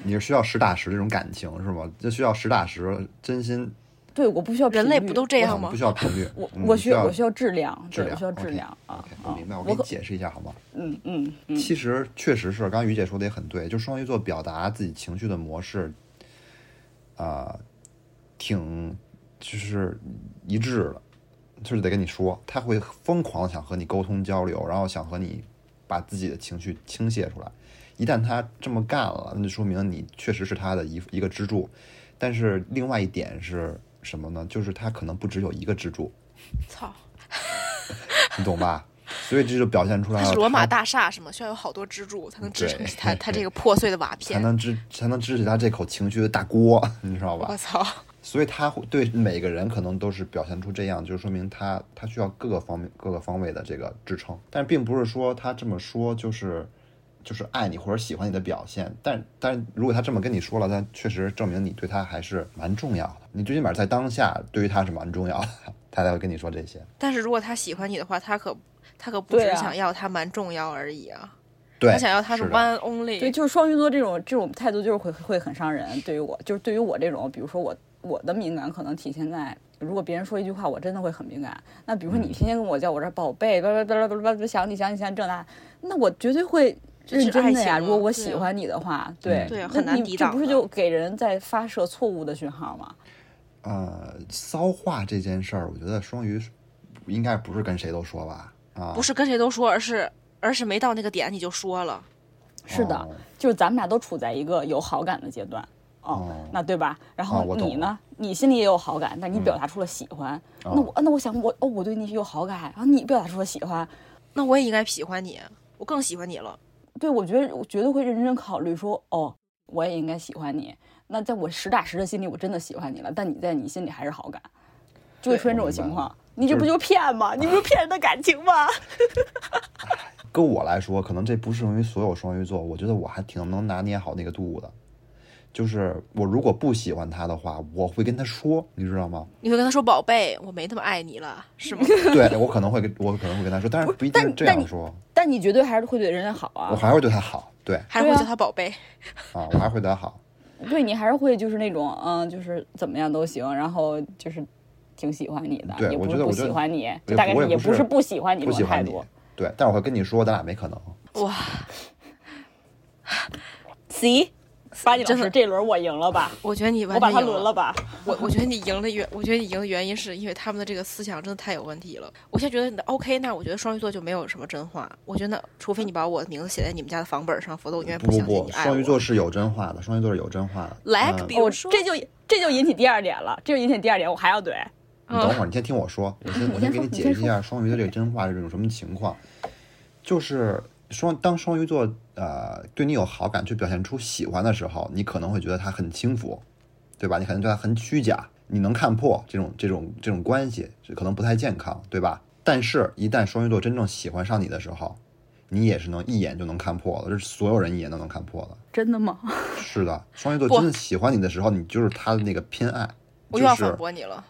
你是需要实打实这种感情是吗？就需要实打实真心对，我不需要人频类率不都这我样我吗们不？需要频率，我们我嗯需需要我需要质量，质对量，我需要 OK，质量啊 OK，我啊明白，！我给我你可解释一下好吗？嗯嗯嗯，其实确实是，刚刚于姐说的也很对，就双鱼座表达自己情绪的模式，啊、挺就是一致的，就是得跟你说，他会疯狂的想和你沟通交流，然后想和你把自己的情绪倾泻出来。一旦他这么干了，那就说明你确实是他的一一个支柱。但是另外一点是什么呢？就是他可能不只有一个支柱，啊操，你懂吧？所以这就表现出来它 [laughs] 了，是罗马他大厦是吗？需要有好多支柱才能支撑对起它它这个破碎的瓦才片。能支才能支起他这口情绪的大锅，你知道吧我？操，所以他会对每个人可能都是表现出这样，就说明他他需要各个方面各个方位的这个支撑，但并不是说他这么说就是就是爱你或者喜欢你的表现，但但如果他这么跟你说了，那确实证明你对他还是蛮重要的，你最起码在当下对于他是蛮重要的，他才会跟你说这些。但是如果他喜欢你的话，他可他可不只对是啊想要他蛮重要而已啊。对，他想要他是的 one only。对，就是双鱼座这种这种态度就是会会很伤人。对于我，就是对于我这种，比如说我我的敏感可能体现在，如果别人说一句话，我真的会很敏感。那比如说你天天跟我叫我这宝贝，叭叭叭叭叭叭，想你想你想你这那，那我绝对会。这是认真的爱呀，情如果吗我对喜啊欢你的话，对，对啊那很难你抵这挡不是的就给人在发射错误的讯号吗？呃骚话这件事儿，我觉得双鱼应该不是跟谁都说吧？啊，不是跟谁都说，而是而是没到那个点你就说了。是的，哦就是咱们俩都处在一个有好感的阶段，哦，哦那对吧？然啊后我懂你了呢？你心里也有好感，但你表达出了喜欢，啊那我那我想我哦，我对你有好感，然后你表达出了喜欢，那我也应该喜欢你，我更喜欢你了。对我觉得我绝对会认真考虑说，哦，我也应该喜欢你。那在我实打实的心里，我真的喜欢你了，但你在你心里还是好感，就会出现这种情况。你这就是不就骗吗？你不是骗人的感情吗？ [laughs] 跟我来说，可能这不适用于所有双鱼座。我觉得我还挺能拿捏好那个度的，就是我如果不喜欢他的话，我会跟他说，你知道吗？ [laughs] 你会跟他说：“宝贝，我没那么爱你了，是吗对我可能会跟我可能会跟他说，但是不一定但这但样你说，但你绝对还是会对人家好我啊，还会对他好，对？”还是会 [laughs] 对啊叫他宝贝。啊，我还会对他好。对你还是会就是那种嗯，就是怎么样都行，然后就是挺喜欢你对的，也我不觉是得不我觉喜得欢你，也就大概我是也也不不是是不喜欢你不这喜种态欢你度。，对，但是我会跟你说，咱俩没可能。哇， C，巴尼老真的师这轮我赢了吧？ [laughs] 我觉得你完我把全他赢轮了。吧？我我觉得你赢了原，我觉得你赢的原因是因为他们的这个思想真的太有问题了。我现在觉得你的 OK，那我觉得双鱼座就没有什么真话。我觉得那除非你把我的名字写在你们家的房本上，否则我永远不不相信不你，爱我。双鱼座是有真话的，双鱼座是有真话的。来嗯比哦如，说，这就这就引起第二点了，这就引起第二点，我还要怼。你等会儿，你先听我说，我先我你先先给说你哦你解先释一下双鱼座这个真话是这种什么情况。就是双当双鱼座呃对你有好感，却表现出喜欢的时候，你可能会觉得他很轻浮，对吧？你可能对他很虚假，你能看破这种这种这种关系，这可能不太健康，对吧？但是，一旦双鱼座真正喜欢上你的时候，你也是能一眼就能看破的，这是所有人一眼都能看破的。真的吗？是的，双鱼座不真的喜欢你的时候，你就是他的那个偏爱，我就又要是反驳你了。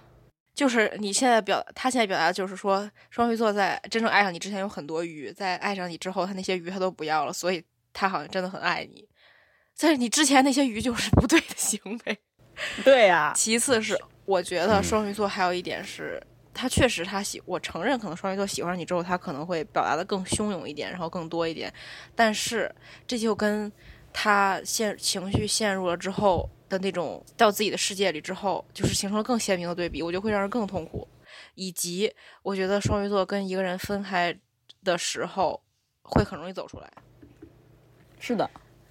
就是你现在表，他现在表达的就是说，双鱼座在真正爱上你之前有很多鱼，在爱上你之后，他那些鱼他都不要了，所以他好像真的很爱你。但是你之前那些鱼就是不对的行为。对呀、其次是，我觉嗯得双鱼座还有一点是，他确实他喜，我承认可能双鱼座喜欢上你之后，他可能会表达的更汹涌一点，然后更多一点，但是这就跟他陷情绪陷入了之后的那种到自己的世界里之后，就是形成了更鲜明的对比，我就会让人更痛苦，以及我觉得双鱼座跟一个人分开的时候。会很容易走出来，是的，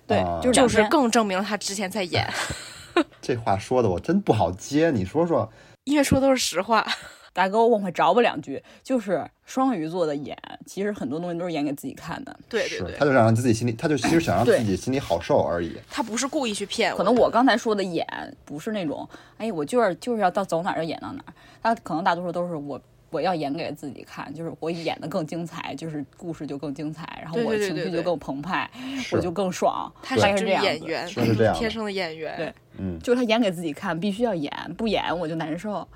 对啊，就是就两是边更证明了他之前在演， [laughs] 这话说的我真不好接，你说说。因为说都是实话。大哥往回找补两句，就是双鱼座的眼，其实很多东西都是演给自己看的。对对是，对他，就想让自己心里，他就其实想让对自己心里好受而已。他不是故意去骗我的，可能我刚才说的演，不是那种，哎，我就是就是要到走哪儿就演到哪儿。他可能大多数都是我我要演给自己看，就是我演的更精彩，就是故事就更精彩，然后对我对对情对绪就对更澎湃，是我就更爽。他大概是是只这样演子员，嗯说是这样天的生的演员。对嗯，就是他演给自己看，必须要演，不演我就难受。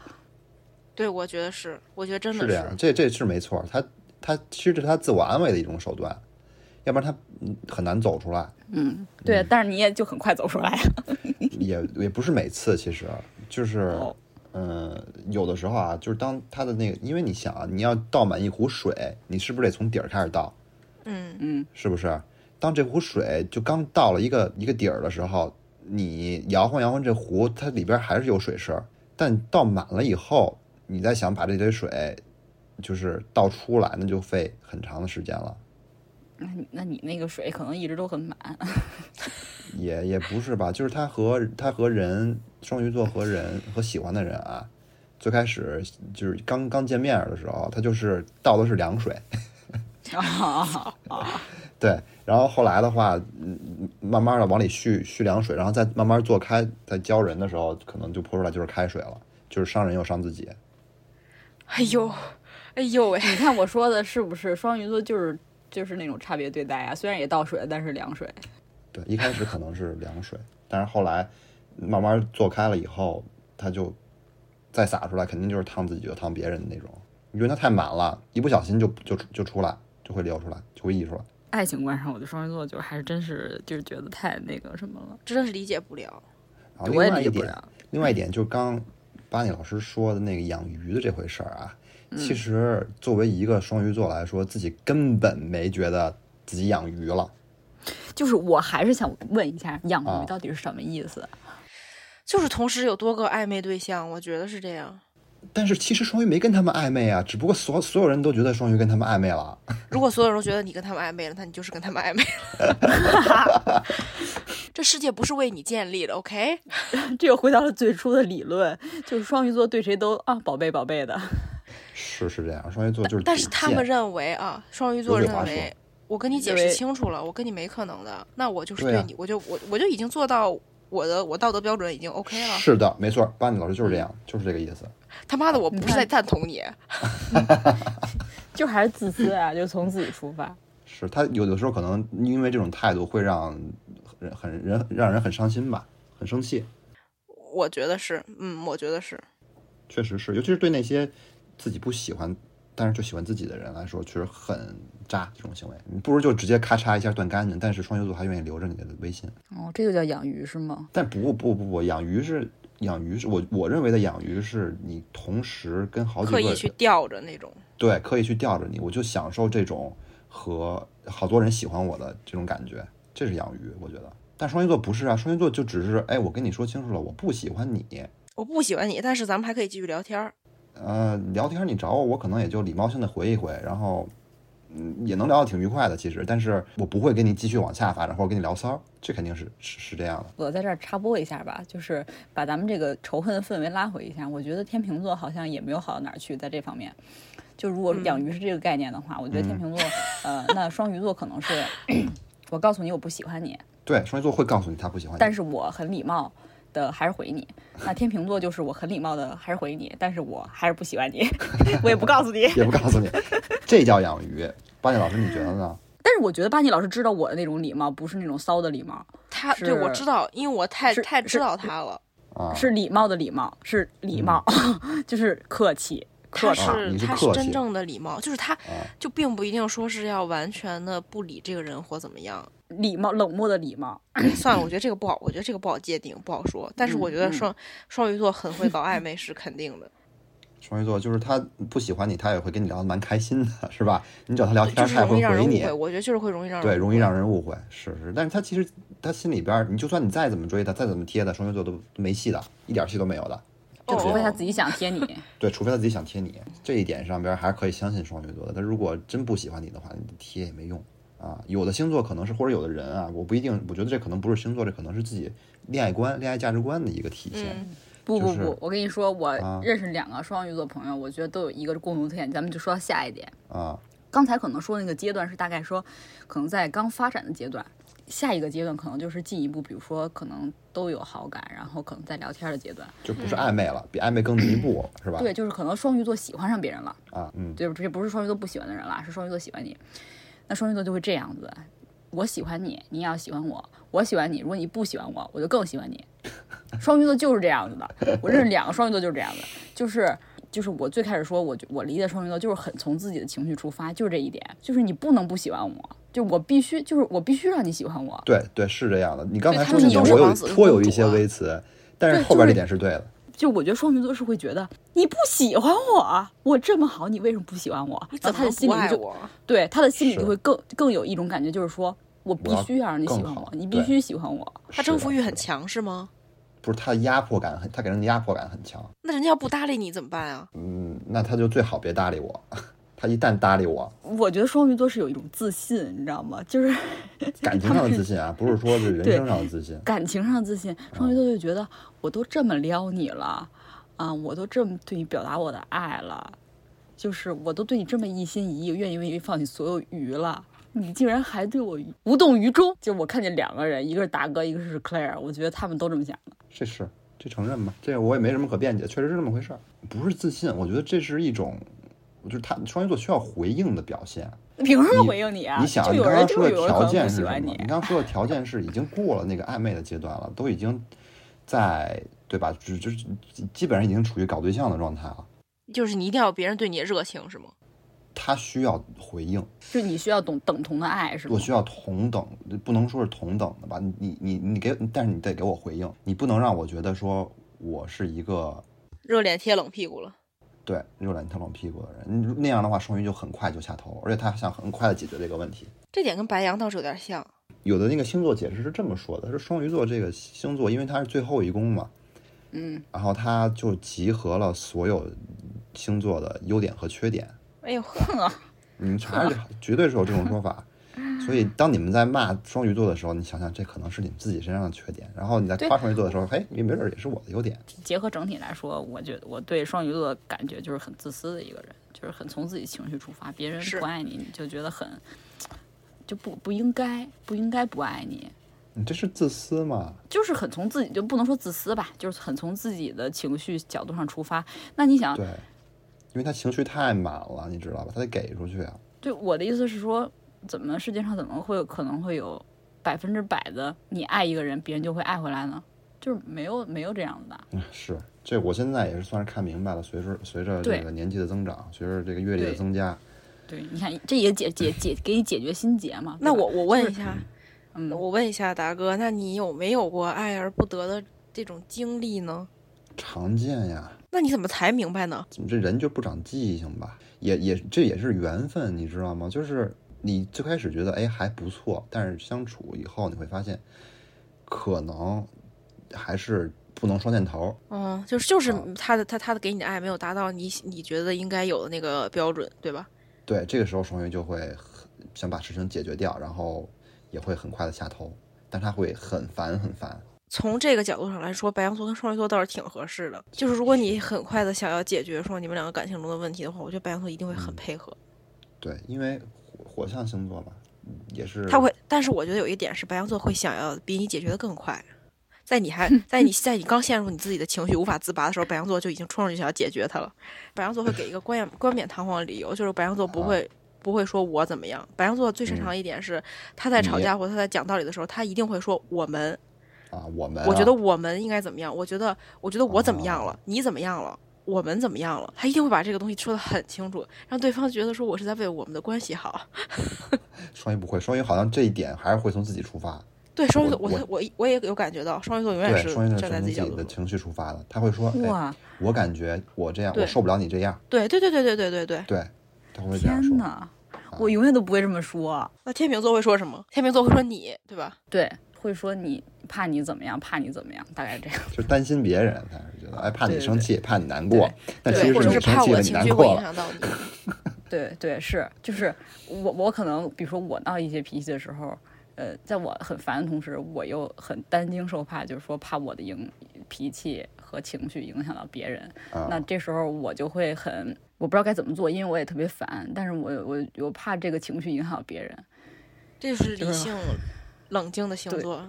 对我觉得是，我觉得真的是这样，这这是没错。他他其实这是他自我安慰的一种手段，要不然他嗯很难走出来。嗯，对，但是你也就很快走出来。也也不是每次，其实就是哦嗯，有的时候啊，就是当它的那个，因为你想啊，你要倒满一壶水，你是不是得从底儿开始倒？嗯，嗯，是不是？当这壶水就刚到了一个一个底儿的时候，你摇晃摇晃这壶，它里边还是有水声儿。但倒满了以后，你再想把这堆水就是倒出来，那就费很长的时间了。那你那你那个水可能一直都很满，也也不是吧，就是他和他和人，双鱼座和人和喜欢的人啊，最开始就是刚刚见面的时候，他就是倒的是凉水，啊，对，然后后来的话，嗯，慢慢的往里蓄蓄凉水，然后再慢慢做开，在教人的时候，可能就泼出来就是开水了，就是伤人又伤自己。哎呦，哎呦喂、你看我说的是不是双鱼座就是就是那种差别对待啊？虽然也倒水，但是凉水。对，一开始可能是凉水，但是后来慢慢做开了以后，它就再洒出来，肯定就是烫自己又烫别人的那种，因为它太满了，一不小心就就就出来，就会流出来，就会溢出来。爱情观上，我对双鱼座就还是真是就是觉得太那个什么了，真的是理解不了。然后另我也外理解一不点，啊了。另外一点就是刚巴尼老师说的那个养鱼的这回事儿啊，嗯其实作为一个双鱼座来说，自己根本没觉得自己养鱼了。就是我还是想问一下，养啊鱼到底是什么意思？ [laughs] 就是同时有多个暧昧对象，我觉得是这样。但是其实双鱼没跟他们暧昧啊，只不过所所有人都觉得双鱼跟他们暧昧了。 [laughs] 如果所有人都觉得你跟他们暧昧了，那你就是跟他们暧昧了。 [laughs] 这世界不是为你建立的，OK？这又回到了最初的理论，就是双鱼座对谁都啊宝贝宝 [laughs] 贝的。是是这样，双鱼座就是但是主他们见认为啊，双鱼座有认鬼话为说，我跟你解对释清楚了，我跟你没可能的，那我就是对对啊你，我就我我就已经做到我的我道德标准已经 OK 了。是的，没错，巴尼老师就是这样，就是这个意思。他妈的，我不是在赞同你，就还是自私啊，就从自己出发。是他有的时候可能因为这种态度会让人很人让人很伤心吧，很生气。我觉得是，嗯，我觉得是，确实是，尤其是对那些自己不喜欢，但是就喜欢自己的人来说，确实很渣这种行为。你不如就直接咔嚓一下断干净。但是双鱼座还愿意留着你的微信，哦，这就叫养鱼是吗？但不不不不，养鱼是养鱼是我我认为的养鱼是你同时跟好几个刻意去吊着那种。对刻意去吊着你，我就享受这种和好多人喜欢我的这种感觉，这是养鱼，我觉得。但双鱼座不是啊，双鱼座就只是哎，我跟你说清楚了，我不喜欢你，我不喜欢你，但是咱们还可以继续聊天儿。呃，聊天儿你找我，我可能也就礼貌性的回一回，然后，嗯，也能聊得挺愉快的，其实，但是我不会跟你继续往下发展，或者跟你聊骚儿，这肯定是是是这样的。我在这儿插播一下吧，就是把咱们这个仇恨氛围拉回一下。我觉得天秤座好像也没有好到哪儿去，在这方面。就如果嗯养鱼是这个概念的话，我觉得天秤座，呃，那双鱼座可能是， [clears throat] 我告诉你我不喜欢你，对，双鱼座会告诉你他不喜欢你，但是我很礼貌的还是回你。那天秤座就是我很礼貌的还是回你，但是我还是不喜欢你， [laughs] 我也不告诉你。也不告诉你，这叫养鱼。八戒老师，你觉得呢？但是我觉得巴尼老师知道我的那种礼貌，不是那种骚的礼貌，他是对我知道，因为我太是太知道他了。啊，是礼貌的礼貌，是礼貌， [laughs] 就是客气。他客套。啊是你是他客是气啊真正的礼貌，就是他就并不一定说是要完全的不理这个人或怎么 [clears throat] 样。礼貌，冷漠的礼貌。算了，我觉得这个不好，我觉得这个不好界定，不好说。嗯但是我觉得双、双鱼座很会搞暧昧是肯定的，双鱼座就是他不喜欢你，他也会跟你聊得蛮开心的，是吧？你找他聊天就儿，是他也容易会让回人误你，会。我觉得就是会容易让人对，容易误让人误会，是是。但是他其实他心里边儿，你就算你再怎么追他，再怎么贴他，双鱼座都都没戏的，一点儿戏都没有的。会就除非他自己。己想贴你，对，除非他自己想贴你，这一点上边还是可以相信双鱼座的。但如果真不喜欢你的话，你贴也没用啊。有的星座可能是，或者有的人啊，我不一定，我觉得这可能不是星座，这可能是自己恋爱观、恋爱价值观的一个体现。嗯，不就不是不，我跟你说，我啊认识两个双鱼座朋友，我觉得都有一个共同特点，咱们就说到下一点。啊，刚才可能说那个阶段是大概说，可能在刚发展的阶段，下一个阶段可能就是进一步，比如说可能都有好感，然后可能在聊天的阶段，就不是暧昧了，比暧昧更进一步，是吧？对，就是可能双鱼座喜欢上别人了，啊，嗯，对，这不是双鱼座不喜欢的人了，是双鱼座喜欢你，那双鱼座就会这样子，我喜欢你，你也要喜欢我，我喜欢你，如果你不喜欢我，我就更喜欢你，双鱼座就是这样子的，我认识两个双鱼座就是这样的，就是。就是我最开始说，我就我理解双鱼座就是很从自己的情绪出发，就是这一点，就是你不能不喜欢我，就我必须，就是我必须让你喜欢我，对对，是这样的。你刚才他说们那就点，是我有王子颇有公一主些啊微词，但是对后边这就是点是对的。就我觉得双鱼座是会觉得你不喜欢我，我这么好，你为什么不喜欢我？你然怎么能后他的心不里爱就我？对他的心里是就会更更有一种感觉，就是说我必要须要让你更喜欢好我，你必对须喜欢我。他征服欲很强是吗？不是他的压迫感很，他给人的压迫感很强。那人家要不搭理你怎么办啊？嗯，那他就最好别搭理我。 [laughs] 他一旦搭理我，我觉得双鱼座是有一种自信，你知道吗？就是感情上的自信啊，不是说是人生上的自信。感情上的自信，嗯双鱼座就觉得我都这么撩你了，啊，我都这么对你表达我的爱了，就是我都对你这么一心一意，愿意为你放弃所有鱼了，你竟然还对我无动于衷。就我看见两个人，一个是达哥，一个是 Claire，我觉得他们都这么想的。这是这承认吧，这个我也没什么可辩解，确实是这么回事儿，不是自信，我觉得这是一种，就是他双鱼座需要回应的表现。凭什么你回应你啊？你想，就你有刚人刚就说是的有人条可能件不是喜什么？欢你你，刚说的条件是已经过了那个暧昧的阶段了，都已经在对吧？就就基本上已经处于搞对象的状态了。就是你一定要别人对你的热情是吗？他需要回应，就你需要懂等同的爱是吗我？需要同等，不能说是同等的吧？你你你你给，但是你得给我回应，你不能让我觉得说我是一个热脸贴冷屁股了。对热脸贴冷屁股的人，那样的话双鱼就很快就下头，而且他想很快的解决这个问题。这点跟白羊倒是有点像，有的那个星座解释是这么说的：，是双鱼座这个星座，因为它是最后一宫嘛，嗯，然后它就集合了所有星座的优点和缺点。哎呦呵，你们查查去，绝对是有这种 [laughs] 说法。所以，当你们在骂双鱼座的时候，你想想，这可能是你们自己身上的缺点；然后你在夸双鱼座的时候，嘿，也没准儿也是我的优点。结合整体来说，我觉得我对双鱼座的感觉就是很自私的一个人，就是很从自己情绪出发，别人是不爱你，你就觉得很就不不应该，不应该不爱你，你嗯这是自私嘛？就是很从自己就不能说自私吧，就是很从自己的情绪角度上出发。那你啊想，对，因为他情绪太满了，你知道吧？他得给出去啊。对我的意思是说，怎么世界上怎么会有可能会有百分之百的你爱一个人，别人就会爱回来呢？就是没有没有这样的，嗯是，这我现在也是算是看明白了。随着随着对这个年纪的增长，随着这个阅历的对增加，对，你看这也解解解给你解决心结嘛。对那吧我我问一下，嗯，我问一下达哥，那你有没有过爱而不得的这种经历呢？常见呀。那你怎么才明白呢？怎么这人就不长记性吧？也也这也是缘分，你知道吗？就是你最开始觉得哎还不错，但是相处以后你会发现，可能还是不能双箭头。嗯，就是就是啊他的他他的给你的爱没有达到你你觉得应该有的那个标准，对吧？对，这个时候双鱼就会很想把事情解决掉，然后也会很快的下头，但他会很烦很烦。从这个角度上来说，白羊座跟双鱼座倒是挺合适的。就是如果你很快的想要解决说你们两个感情中的问题的话，我觉得白羊座一定会很配合。对，因为火火象星座嘛，嗯也是他会，但是我觉得有一点是白羊座会想要比你解决的更快，在你还在你在你刚陷入你自己的情绪无法自拔的时候，白羊座就已经冲上去想要解决它了。白羊座会给一个冠 [laughs] 冕冠冕堂皇的理由，就是白羊座不会。不会说我怎么样，白羊座最擅长一点是，他在吵你架或他在讲道理的时候，他一定会说我们，啊，我们、啊、我觉得我们应该怎么样？我觉得，我觉得我怎么样了？你怎么样了？我们怎么样了？他一定会把这个东西说得很清楚，让对方觉得说我是在为我们的关系好。双鱼不会，双鱼好像这一点还是会从自己出发。对，双鱼座，我我我我我也有感觉到，双鱼座永远对，是双鱼座站是在从自自己角度的说。情绪出发的，他会说：“哎，哇，我感觉我这样，我对受不了你这样。对对对对对对对对”。对，他会这样天说。嗯哪，我永远都不会这么说。那天秤座会说什么？天秤座会说你，对吧？对，会说你怕你怎么样，怕你怎么样，大概这 [laughs] 样。就担心别人，他是觉得哎，怕你对对生气，怕你难过。但其对，实或者你是生怕气我了，的你情难绪会过影了。响到你。对对是，就是我我可能比如说我闹一些脾气的时候，呃，在我很烦的同时，我又很担惊受怕，就是说怕我的影脾气和情绪影响到别人。那啊，这时候我就会很，我不知道该怎么做，因为我也特别烦，但是我我我怕这个情绪影响别人。这就是就理是性、冷静的星对座。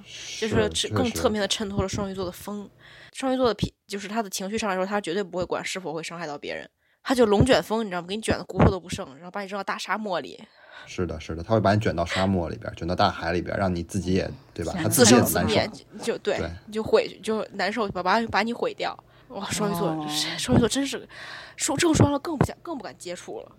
就是是确衬更实侧面的衬托了双鱼座的风。双鱼座的脾就是他的情绪上来说，他绝对不会管是否会伤害到别人，他就龙卷风，你知道吗？给你卷的骨头都不剩，然后把你扔到大沙漠里，是的，是的，他会把你卷到沙漠里边，卷到大海里边，让你自己也对吧？天他哪自己生也很自难灭受。，就就对对，你就毁，就难受，把把把你毁掉。哇，双鱼座，哦双鱼座真是，说这个双了更不想，更不敢接触了。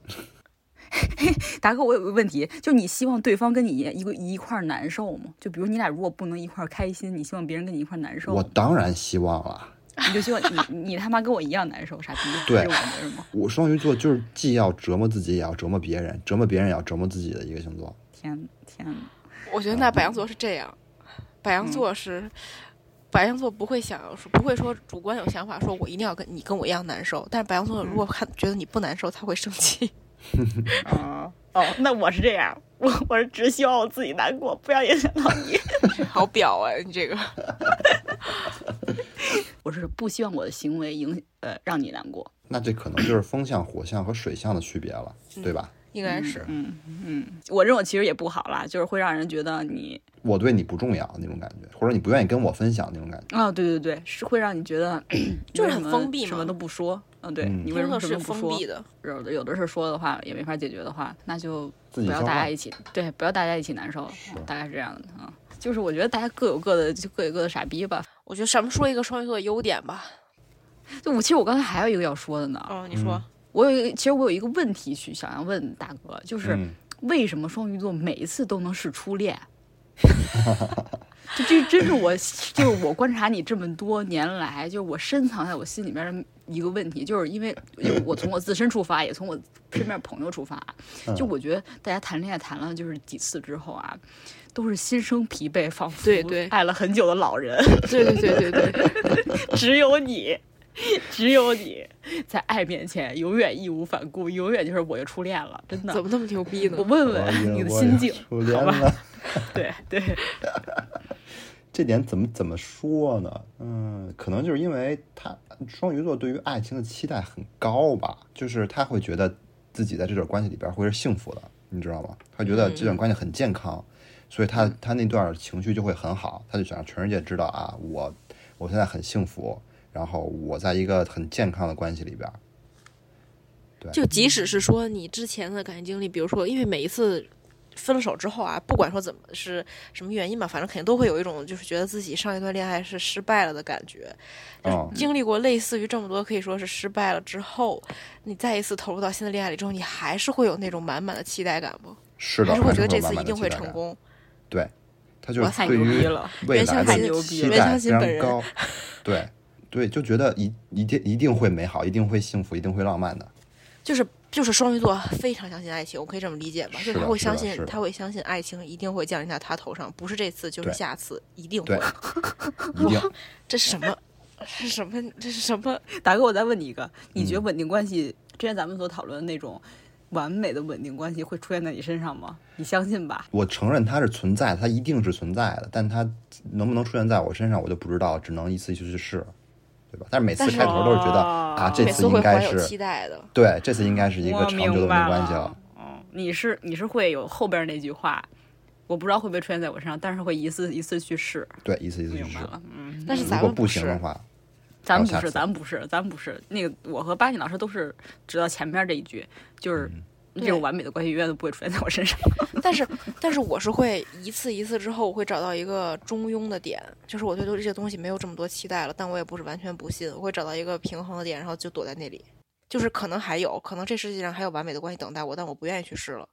达哥，我有个问题，就你希望对方跟你一个一块儿难受吗？就比如你俩如果不能一块儿开心，你希望别人跟你一块儿难受我吗？当然希望了，你就希望你你他妈跟我一样难受，傻逼，对是我的是吗？我双鱼座就是既要折磨自己，也要折磨别人，折磨别人也要折磨自己的一个星座。天天哪，我觉得那白羊座是这样，白嗯羊座是、白羊座不会想说不会说主观有想法，说我一定要跟你跟我一样难受。但是白羊座嗯如果看、觉得你不难受，他会生气。 [laughs] 哦哦，那我是这样，我我是只希望我自己难过，不要影响到你。好表啊，你这个 [laughs] 我是不希望我的行为影呃让你难过。那这可能就是风象、火象和水象的区别了，嗯对吧？应该是、我这种其实也不好啦，就是会让人觉得你我对你不重要那种感觉，或者你不愿意跟我分享那种感觉。啊、对对对，是会让你觉得就是你为什很么封闭嘛什么都不说。嗯，对嗯你为工什作么什是么都不封说？闭的，有的有的是说的话也没法解决的话，那就自不己要消大化家一起对，不要大家一起难受，大概是这样的啊、就是我觉得大家各有各的，就各有各的傻逼吧。我觉得咱们说一个双鱼座的优点吧。就我其实我刚才还有一个要哦说的呢，嗯，你说、 [laughs] 我有一个其实我有一个问题去想要问大哥，就是嗯，为什么双鱼座每一次都能是初恋？ [laughs] 就这真是我，就是我观察你这么多年来，就是我深藏在我心里面的一个问题，就是因为就我从我自身出发，也从我身边朋友出发，就我觉得大家谈恋爱谈了就是几次之后啊，都是心生疲惫，仿佛对对爱了很久的 [laughs] 老人，对对对对对，只有你，只有你在爱面前永远义无反顾，永远就是我就初恋了，真的。怎么那么牛逼呢我？问我问也你的哎我心也境，初恋吧了，对对，这点怎么怎么说呢？嗯，可能就是因为他双鱼座对于爱情的期待很高吧，就是他会觉得自己在这段关系里边会是幸福的，你知道吗？他觉得嗯这段关系很健康，所以他他那段情绪就会很好，他就想让全世界知道啊，我我现在很幸福，然后我在一个很健康的关系里边，就即使是说你之前的感情经历，比如说，因为每一次分了手之后啊，不管说怎么是什么原因吧，反正肯定都会有一种就是觉得自己上一段恋爱是失败了的感觉。就是嗯经历过类似于这么多可以说是失败了之后，你再一次投入到新的恋爱里之后，你还是会有那种满满的期待感不？是的，还是会觉得有这满次一满的定期会待成感。功。对，他就我是太对牛逼于了未袁来湘的琴期袁待湘非琴本常人 [laughs] 高，对对，就觉得一一定一定会美好，一定会幸福，一定会浪漫 [laughs] 的。就是就是双鱼座非常相信爱情，我可以这么理解吧？是就的是他会是的相是信，的他会相信爱情一定会降临在他头上，不是这次就是对下次，一定会对。，一定这是什么？ [laughs] 这是什么？这是什么？ [laughs] 达哥，我再问你一个，你嗯觉得稳定关系、之前咱们所讨论的那种完美的稳定关系会出现在你身上吗？你相信吧？我承认它是存在的，它一定是存在的，但它能不能出现在我身上，我就不知道，只能一次一次去试，对吧？但是每次但是开头都是觉得哦啊，这每次次会应怀该有期是待的。对，这次应该是一个我长明久的稳定白关系了了。你是你是会有后边那句话，我不知道会不会出现在我身上，但是会一次一次去试。对，一次一次去明试白。了，嗯，但是如咱果们不是行的，话，咱们好下不次是，咱们不是，咱们不是。那个我和巴尼老师都是直到前面这一句，就是嗯这对种完美的关系永远都不会出现在我身上。 [laughs] 但是但是我是会一次一次之后，我会找到一个中庸的点，就是我对这些东西没有这么多期待了，但我也不是完全不信，我会找到一个平衡的点，然后就躲在那里。就是可能还有，可能这世界上还有完美的关系等待我，但我不愿意去试了。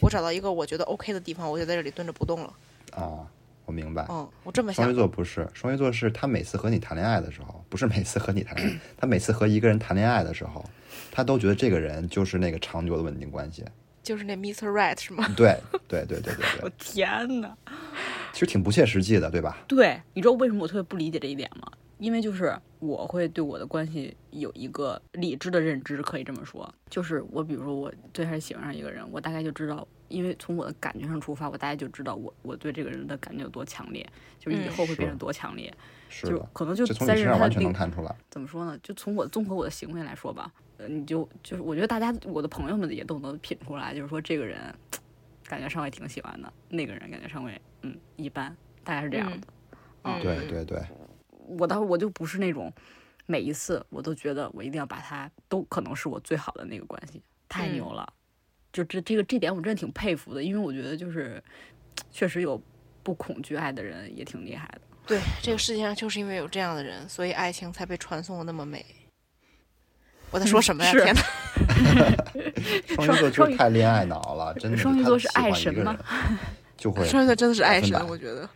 我找到一个我觉得 OK 的地方，我就在这里蹲着不动了。啊，我明白。嗯，我这么双想鱼。座不是，双鱼座是他每次和你谈恋爱的时候，不是每次和你谈恋爱，他每次和一个人谈恋爱的时候，他都觉得这个人就是那个长久的稳定关系。就是那 Mr. Right 是吗？对，对，对，对，对，我对，天哪！其实挺不切实际的，对吧？对，你知道为什么我特别不理解这一点吗？因为就是我会对我的关系有一个理智的认知，可以这么说，就是我比如说我最开始喜欢上一个人，我大概就知道，因为从我的感觉上出发，我大概就知道我我对这个人的感觉有多强烈，就是以嗯后会变是得多强烈，是就的，可能就这从在你身认上识他完的全能另看出来。怎么说呢？就从我综合我的行为来说吧，呃，你就就是我觉得大家我的朋友们也都能品出来，就是说这个人感觉上回挺喜欢的，那个人感觉上回嗯一般，大概是这样的。嗯，对，对，对，我当时我就不是那种每一次我都觉得我一定要把它都可能是我最好的那个关系，太牛了！就这这个这点我真的挺佩服的，因为我觉得就是确实有不恐惧爱的人也挺厉害的。对，这个世界上就是因为有这样的人，所以爱情才被传颂的那么美。我在说什么呀？是天哪！双鱼座就是太恋爱脑了，真的。双鱼他座是喜欢爱一神个 [laughs] 吗？人就会双鱼座真的是爱百分神，百我觉得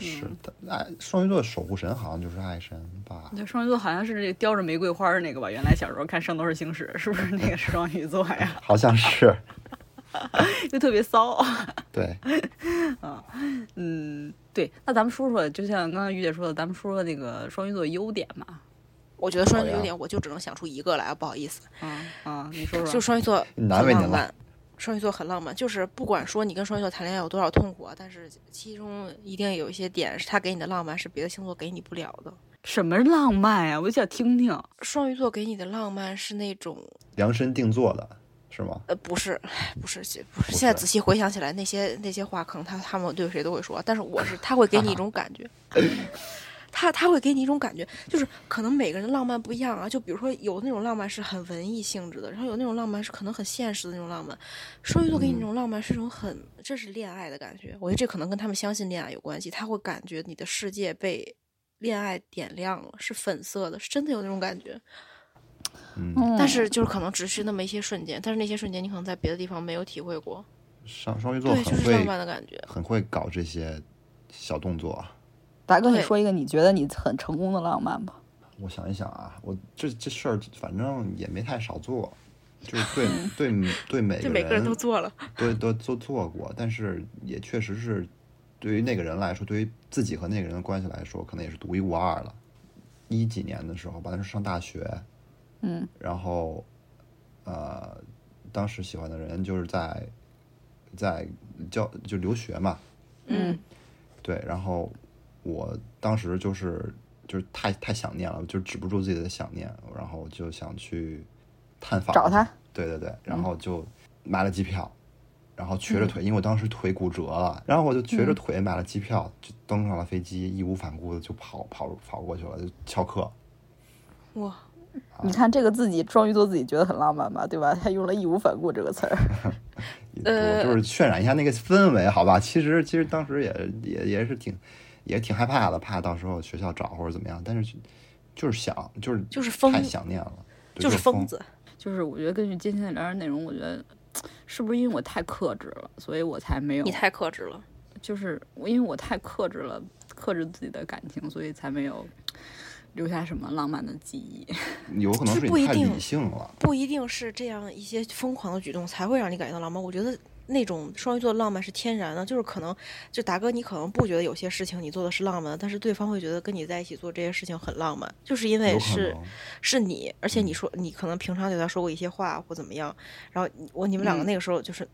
是的。爱双鱼座的守护神好像就是爱神吧？对，双鱼座好像是这个叼着玫瑰花儿那个吧？原来小时候看《圣斗士星矢》，是不是 [laughs] 那个是双鱼座呀？ [laughs] 好像是，就特别骚。 [laughs] 对，嗯，对。那咱们说说，就像刚才于姐说的，咱们说说那个双鱼座的优点嘛。我觉得双鱼座好呀优点我就只能想出一个来啊，不好意思，啊啊，你说说。就双鱼座你难为很您浪了。漫。双鱼座很浪漫，就是不管说你跟双鱼座谈恋爱有多少痛苦啊，但是其中一定有一些点是他给你的浪漫是别的星座给你不了的。什么浪漫呀、我就想听听。双鱼座给你的浪漫是那种量身定做的是吗？呃，不是，唉不是，这不是。不现在是仔细回想起来，那些那些话，可能他他们对谁都会说，但是我是他会给你一种感觉， [clears throat] 他他会给你一种感觉，就是可能每个人的浪漫不一样啊。就比如说有那种浪漫是很文艺性质的，然后有那种浪漫是可能很现实的那种浪漫。双鱼座给你那种浪漫是一种很，这是恋爱的感觉。我觉得这可能跟他们相信恋爱有关系，他会感觉你的世界被恋爱点亮了，是粉色的，是真的有那种感觉。哦嗯，但是就是可能只是那么一些瞬间，但是那些瞬间你可能在别的地方没有体会过，双双鱼座对，就很是浪漫会的感觉。很会搞这些小动作啊。达哥，你对说一个你觉得你很成功的浪漫吧？我想一想啊，我这这事儿反正也没太少做，就是对 [laughs] 对对每对个每个人都做了，都都都做过，但是也确实是对于那个人来说，对于自己和那个人的关系来说，可能也是独一无二了。一几年的时候吧，那时候上大学，嗯，然后呃，当时喜欢的人就是在在教就留学嘛，嗯，对，然后我当时就是就是太太想念了，就止不住自己的想念，然后就想去探访找他。嗯对对对，然后就买了机票，然后瘸着腿，因为我当时腿骨折了，然后我就瘸嗯着腿买了机票，就登上了飞机，义无反顾的就跑跑跑过去了，就翘课。嗯哇，啊你看这个自己双鱼座自己觉得很浪漫吧，对吧？他用了义无反顾这个词儿。 [laughs] 呃我就是渲染一下那个氛围，好吧？其实其实当时也也也是挺也挺害怕的，怕到时候学校找或者怎么样，但是就就是想就是就是疯太想念了，对就是是疯。子，就是我觉得根据今天的聊天内容，我觉得是不是因为我太克制了，所以我才没有你太克制了。就是我因为我太克制了，克制自己的感情，所以才没有留下什么浪漫的记忆。 [laughs] 有可能就是是不一你太定理性了，不一定是这样一些疯狂的举动才会让你感觉到浪漫。我觉得那种双鱼座的浪漫是天然的，就是可能就达哥，你可能不觉得有些事情你做的是浪漫的，但是对方会觉得跟你在一起做这些事情很浪漫，就是因为有可是能。嗯是你，而且你说你可能平常对他说过一些话或怎么样，然后你我你们两个嗯那个时候就是、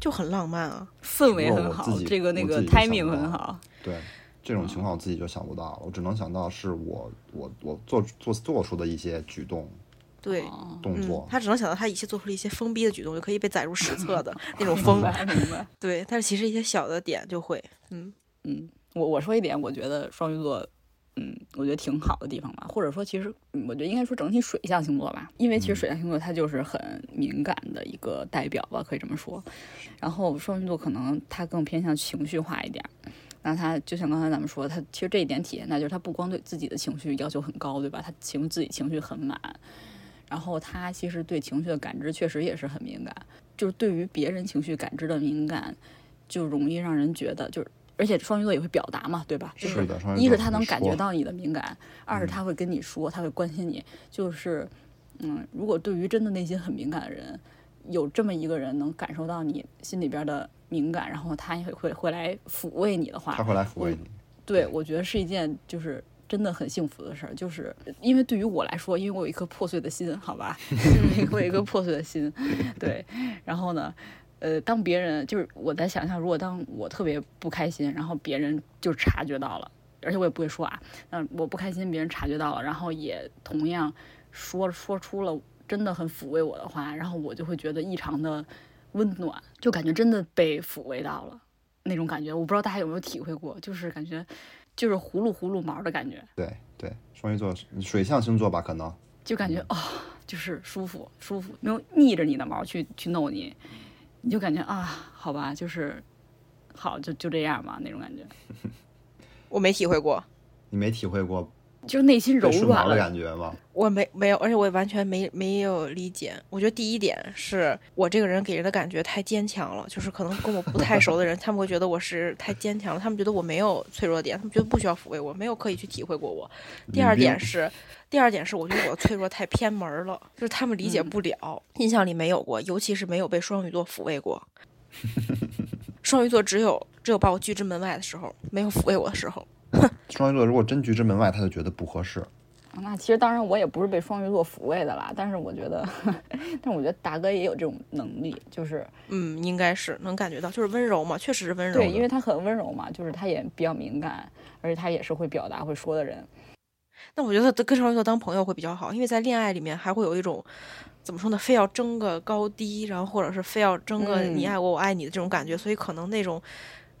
就很浪漫啊。氛围我很我好自，己这个那我个自己就想 timing 不很到好。对，这种情况我自己就想不到了，我只能想到是我我我做做做出的一些举动对，哦，动嗯作，。他只能想到他一些做出了一些疯逼的举动，就可以被载入史册 [laughs] 的那种疯。明白。 [laughs] 对，但是其实一些小的点就会，嗯，嗯，我我说一点，我觉得双鱼座，嗯，我觉得挺好的地方吧，或者说其实嗯我觉得应该说整体水象星座吧，因为其实水象星座它就是很敏感的一个代表吧，可以这么说。然后双鱼座可能它更偏向情绪化一点。那他就像刚才咱们说，他其实这一点体现在就是他不光对自己的情绪要求很高，对吧？他情自己情绪很满，然后他其实对情绪的感知确实也是很敏感，就是对于别人情绪感知的敏感，就容易让人觉得就是，而且双鱼座也会表达嘛，对吧？就是的，双鱼一是座他很能会感觉说，嗯到你的敏感，二是他会跟你说，他会关心你。就是，嗯，如果对于真的内心很敏感的人，有这么一个人能感受到你心里边的敏感，然后他也会会会来抚慰你的他话，会来抚嗯慰你。对我觉得是一件就是。真的很幸福的事儿，就是因为对于我来说，因为我有一颗破碎的心，好吧，我有一颗破碎的心，对。然后呢，呃，当别人就是我在想象，如果当我特别不开心，然后别人就察觉到了，而且我也不会说啊，嗯，我不开心，别人察觉到了，然后也同样说说出了真的很抚慰我的话，然后我就会觉得异常的温暖，就感觉真的被抚慰到了那种感觉。我不知道大家有没有体会过，就是感觉就是葫芦葫芦毛的感觉，对对，双鱼座水象星座吧，可能就感觉嗯啊、就是舒服舒服，没有逆着你的毛去去弄你，你就感觉啊，好吧，就是好就就这样吧那种感觉。我没体会过，你没体会过就是内心柔被顺毛软的了。感觉吗？我没没有，而且我完全没没有理解。我觉得第一点是我这个人给人的感觉太坚强了，就是可能跟我不太熟的人， [laughs] 他们会觉得我是太坚强了，他们觉得我没有脆弱点，他们觉得不需要抚慰我，没有刻意去体会过我。第女二兵点是，第二点是我觉得我脆弱太偏门儿了，就是他们理解不了，印象里没有过，尤其是没有被双鱼座抚慰过。双鱼座只有只有把我拒之门外的时候，没有抚慰我的时候。双鱼座如果真拒之门外，他就觉得不合适。那其实当然我也不是被双鱼座抚慰的啦，但是我觉得， [laughs] 但是我觉得达哥也有这种能力，就是嗯，应该是能感觉到，就是温柔嘛，确实是温柔对，的。因为他很温柔嘛，就是他也比较敏感，而且他也是会表达会说的人。那我觉得跟双鱼座当朋友会比较好，因为在恋爱里面还会有一种怎么说呢，非要争个高低，然后或者是非要争个嗯你爱我我爱你的这种感觉，所以可能那种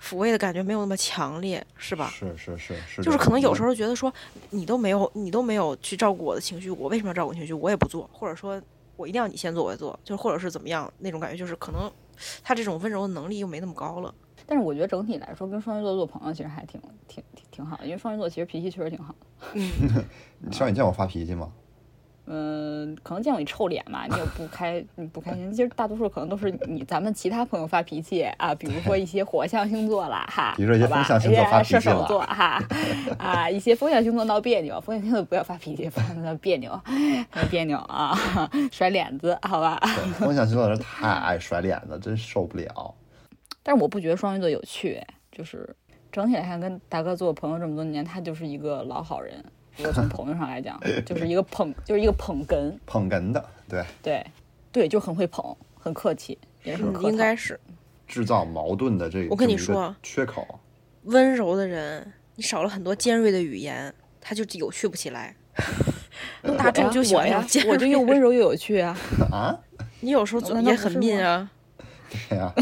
抚慰的感觉没有那么强烈，是吧？是是是是，就是可能有时候候觉得说你都没有你都没有去照顾我的情绪，我为什么要照顾你情绪？我也不做，或者说我一定要你先做，我再做，就或者是怎么样那种感觉，就是可能他这种温柔的能力又没那么高了。但是我觉得整体来说，跟双鱼座做朋友其实还挺挺挺挺好的，因为双鱼座其实脾气确实挺好的。嗯，上你见我发脾 [laughs] 气吗？嗯，可能见过你臭脸嘛，你也不开 [laughs] 你不开心。其实大多数可能都是你咱们其他朋友发脾气啊，比如说一些火象星座啦哈，比如说一些好吧风象星座一些发脾气射手了座 [laughs] 哈啊，一些风象星座闹别扭，风象星座不要发脾气，风象星座别扭， [laughs] 别扭啊，甩脸子好吧。对风象星座的人太爱甩脸子，真受不了。但是我不觉得双鱼座有趣，就是整体来看，跟达哥做朋友这么多年，他就是一个老好人。如果从朋友上来讲，就是一个捧，就是一个捧哏，捧哏的，对，对，对，就很会捧，很客气，也是很客应套该是制造矛盾的这个我跟你这么一个说缺口，温柔的人，你少了很多尖锐的语言，他就有趣不起 [laughs] 来。那大众就喜我欢那呀种尖，锐我就又温柔又有趣啊。啊，你有时候嘴难道也不很是敏 [laughs] 吗啊，对呀、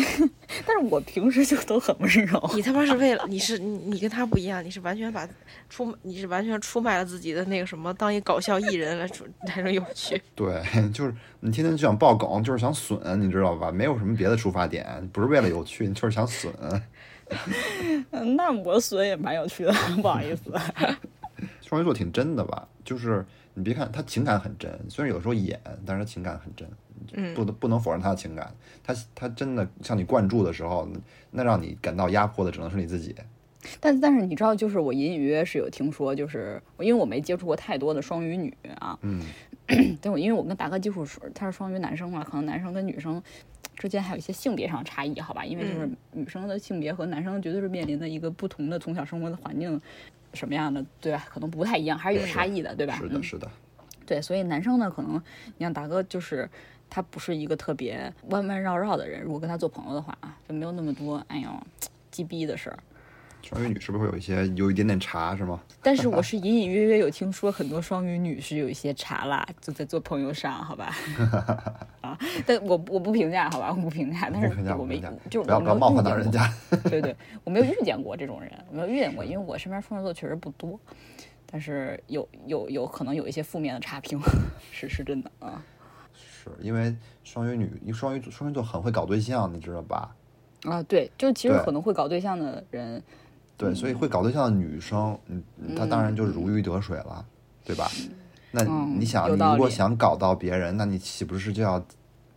但是我平时就都很温柔。 [laughs] 你他妈是为了你是你你跟他不一样，你是完全把出你是完全出卖了自己的那个什么，当一搞笑艺人来出来种有趣。对，就是你天天就想爆梗，就是想损，你知道吧？没有什么别的出发点，不是为了有趣，你就是想损。嗯那我损也蛮有趣的， [laughs] 不好意思。双鱼座挺真的吧？就是你别看他情感很真，虽然有时候演，但是他情感很真，嗯不能不能否认他的情感。他他真的向你灌注的时候，那让你感到压迫的只能是你自己。但但是你知道，就是我隐隐约约是有听说，就是因为我没接触过太多的双鱼女啊， [clears throat] 嗯，但我因为我跟达哥接触时，他是双鱼男生嘛，可能男生跟女生之间还有一些性别上的差异，好吧？因为就是嗯女生的性别和男生绝对是面临的一个不同的从小生活的环境什么样的，对吧？可能不太一样，还是有是差异的，对吧？是嗯的，是的，对，所以男生呢，可能你像达哥就是他不是一个特别弯弯绕绕的人，如果跟他做朋友的话啊，就没有那么多哎呦鸡逼的事儿。双鱼女是不是会有一些有一点点茶是吗？但是我是隐隐约约有听说很多双鱼女是有一些茶辣，就在做朋友上，[laughs] 好吧？啊，但我我不评价，好吧，我不评价，但不评价是不我没评价就是不要我不没要有冒遇犯见到过人家。 [laughs] 对对，我没有遇见过这种人，我没有遇见过，因为我身边双鱼座确实不多，但是有有有可能有一些负面的差评， [laughs] 是是真的啊。是因为双鱼女，双鱼双鱼座很会搞对象，你知道吧？啊，对，就是其实对可能会搞对象的人，对，所以嗯会搞对象的女生，嗯，她当然就如鱼得水了，对吧？那嗯你想，有你道如果理想搞到别人，那你岂不是就要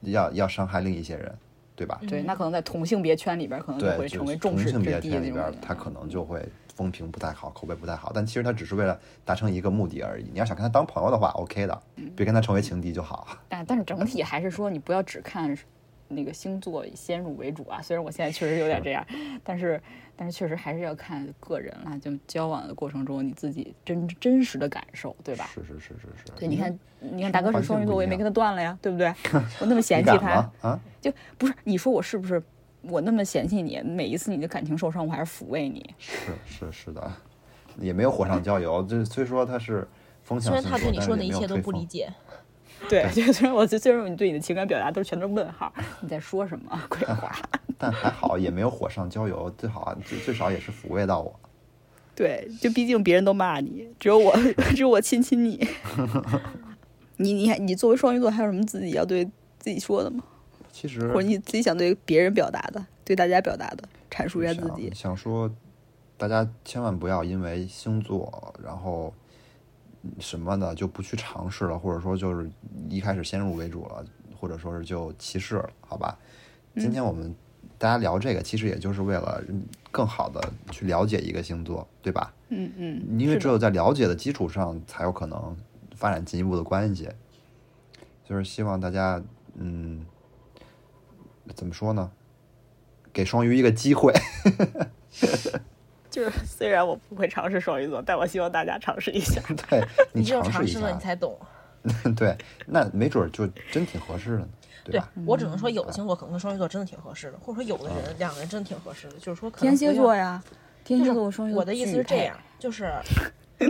要要伤害另一些人，对吧？对，嗯那可能在同性别圈里边，可能就对，会就成为是众同矢性之别的那圈里种边人，她啊可能就会风评不太好，口碑不太好。但其实她只是为了达成一个目的而已。你要想跟她当朋友的话，OK 的，别跟她成为情敌就好。但但是整体还是说，你不要只看那个星座先入为主啊。虽然我现在确实有点这样，但是但是确实还是要看个人啦。就交往的过程中，你自己真真实的感受，对吧？是是嗯是是是。对，你因为看，你看，大哥环境是双鱼不座，一我也没样跟他断了呀，对 [laughs] 不对？我那么嫌你弃敢他吗，？啊，就不是你说我是不是？我那么嫌弃你，每一次你的感情受伤，我还是抚慰你。是是是的，也没有火上浇油。这虽说她是风虽向然星他座，对你但是说也的一没有切都吹不风理解，对，就虽 [laughs] 然我虽然你对你的情感表达都全都是问号，你在说什么？ [laughs] 鬼话。但还好也没有火上浇油，最好啊最最少也是抚慰到我。对，就毕竟别人都骂你，只有我， [laughs] 只有我亲亲 [laughs] 你。你你还你作为双鱼座，还有什么自己要对自己说的吗？其实或者你自己想对别人表达的，对大家表达的，阐述一下自啊己想。想说，大家千万不要因为星座，然后什么的就不去尝试了，或者说就是一开始先入为主了，或者说是就歧视了，好吧？今天我们大家聊这个，其实也就是为了更好的去了解一个星座，对吧？嗯嗯，因为只有在了解的基础上，才有可能发展进一步的关系。就是希望大家，嗯，怎么说呢？给双鱼一个机会。就是虽然我不会尝试双鱼座，但我希望大家尝试一下。对你你只有尝试尝一试了，你下，才懂。 [laughs] 对，那没准儿就真挺合适的呢，对对吧？嗯我只能说，有的星座可能跟双鱼座真的挺合适的，或者说有的人两个人真的挺合适的，就是说可天能蝎不用座呀，天就蝎是座和双鱼座，我的意思是这样，，就是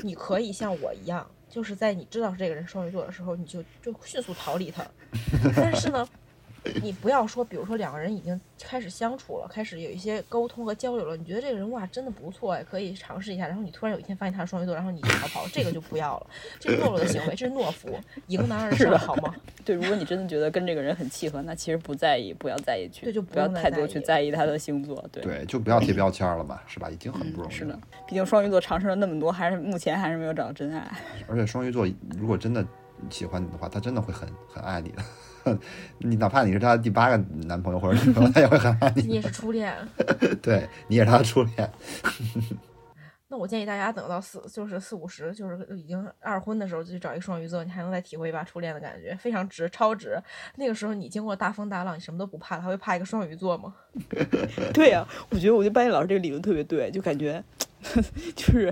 你可以像我一样，就是在你知道这个人双鱼座的时候，你就就迅速逃离他。但是呢，你不要说，比如说两个人已经开始相处了，开始有一些沟通和交流了，你觉得这个人哇真的不错哎，可以尝试一下。然后你突然有一天发现他是双鱼座，然后你就逃跑，这个就不要了，这是懦弱的行为，这是懦夫，迎难而上好吗？ [laughs] 对，如果你真的觉得跟这个人很契合，那其实不在意，不要在意去，对就不不要用再太在多意去了在意他的星座。对，对，就不要贴标签儿了嘛，是吧？已经嗯很不容易是了。的，毕竟双鱼座尝试了那么多，还是目前还是没有找到真爱。而且双鱼座如果真的喜欢你的话，他真的会很很爱你的。 [laughs] 你哪怕你是他第八个男朋友或者女朋友，他也会很爱你。你也是初恋。对你也是他的初恋，那我建议大家等到四，就是四五十，就是已经二婚的时候，就去找一双鱼座，你还能再体会一把初恋的感觉，非常值，超值。那个时候你经过大风大浪，你什么都不怕了，还会怕一个双鱼座吗？ [laughs] 对呀、我觉得我就发现老师这个理论特别对，就感觉 [laughs] 就是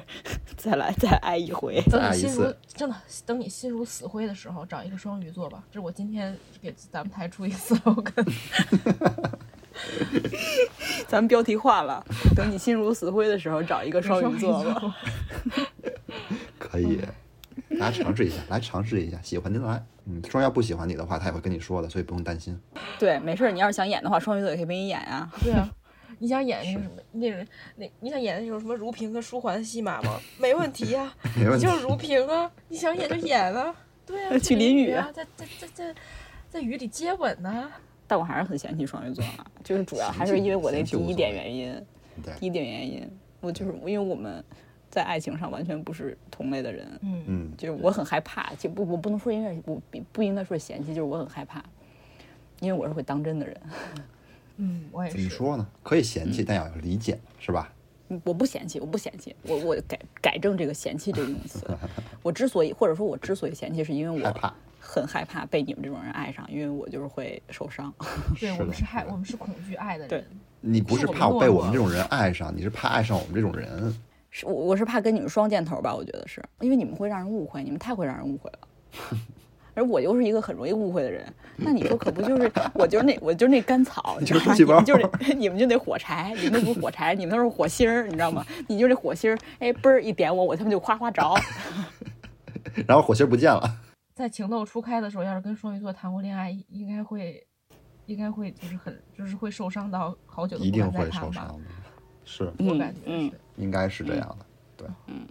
再来再爱一回。等爱你一心如次真的，等你心如死灰的时候，找一个双鱼座吧。这是我今天给咱们台出一 [laughs] slogan。咱们标题化了，等你心如死灰的时候，找一个 [laughs] 双鱼座吧。吧，可以。大家尝试一下，来尝试一下，喜欢您来。嗯，双鱼要不喜欢你的话，他也会跟你说的，所以不用担心。对，没事儿，你要是想演的话，双鱼座也可以陪你演啊。 [laughs] 对 [laughs] 啊。你想演那个什么那人那你想演那种什么如萍跟舒缓的戏码吗？没问题啊呀、没问你题就，是如萍啊，你想演就演啊，对啊， [laughs] 去淋淋雨啊，在在在在在雨里接吻呢、但我还是很嫌弃双鱼座啊，就是主要还嫌是弃因为我嫌那弃无第一所点谓原因，对，第一点原因，我就是因为我们在爱情上完全不是同类的人，嗯，嗯，就是我很害怕，就不我不能说因为我不不应该说嫌弃，就是我很害怕，因为我是会当真的人，嗯，我也怎么是。说呢？可以嫌嗯弃，但要有理解，是吧？我不嫌弃，我不嫌弃，我我改改正这个嫌弃这个用词， [laughs] 我之所以或者说我之所以嫌弃，是因为害我怕，很害怕被你们这种人爱上，因为我就是会受伤， [laughs] 对，我的们是害，的我们是恐惧爱的对人。你不是是我们怕我被懦我们弱这种人爱上，你是怕爱上我们这种人。是我我是怕跟你们双箭头吧，我觉得是因为你们会让人误会，你们太会让人误会了。 [laughs] 而我又是一个很容易误会的人，那你说可不就是我就是那我就是那干草，你知道就吗？是你气包们就是 [laughs] 那你们就那火柴，你们都不是火柴，你们都是火星儿，你知道吗？你就是那火星儿，哎，嘣儿一点我，我他妈就哗哗着。 [laughs] 然后火星不见了，在情窦初开的时候，要是跟双鱼座谈过恋爱，应该会，应该会就是很就是会受伤到好久都一不定敢再会谈受伤吧。的，是我感觉嗯是，应该是这样的。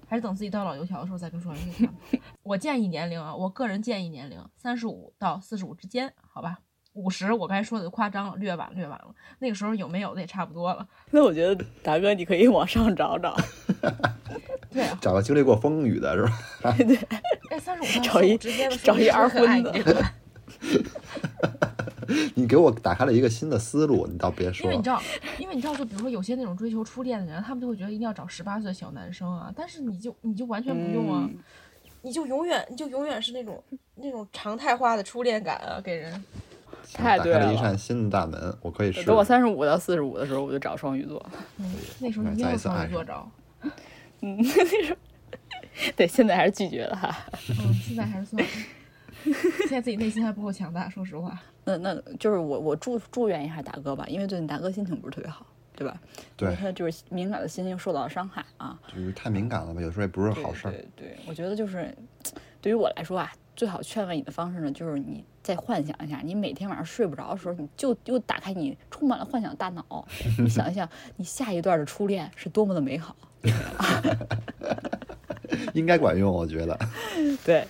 还是等自己到老油条的时候再跟双鱼座谈吧。 [laughs] 我建议年龄啊，我个人建议年龄三十五到四十五之间，好吧。五十，我刚才说的夸张了，略晚略晚了。那个时候有没有的也差不多了。那我觉得达哥你可以往上找找，对啊，找个经历过风雨的是吧？ [laughs] 哎，三十五找一直接的找一二婚的的，你给我打开了一个新的思路，你倒别因说为，你知道，因为你知道，就比如说有些那种追求初恋的人，他们就会觉得一定要找十八岁的小男生啊，但是你就你就完全不用啊，嗯你就永远你就永远是那种那种常态化的初恋感啊，给人。行太打对开了一了扇新的大门，我可以试等我三十五到四十五的时候，我就找双鱼座。嗯，那时候买你再没有一次双爱鱼座上 [laughs] 着， [laughs] 对，现在还是拒绝了哈。嗯，现在还是算了， [laughs] 现在自己内心还不够强大，说实话。那那就是我我祝祝愿一下达哥吧，因为最近达哥心情不是特别好，对吧？对，嗯他就是敏感的心灵受到了伤害啊。就是太敏感了吧，有时候也不是好事儿。对对对，我觉得就是对于我来说啊，最好劝慰你的方式呢，就是你再幻想一下，你每天晚上睡不着的时候，你就又打开你充满了幻想的大 [laughs] 脑，你想一想你下一段的初恋是多么的美好。应该管用，我觉得。 [laughs] 对，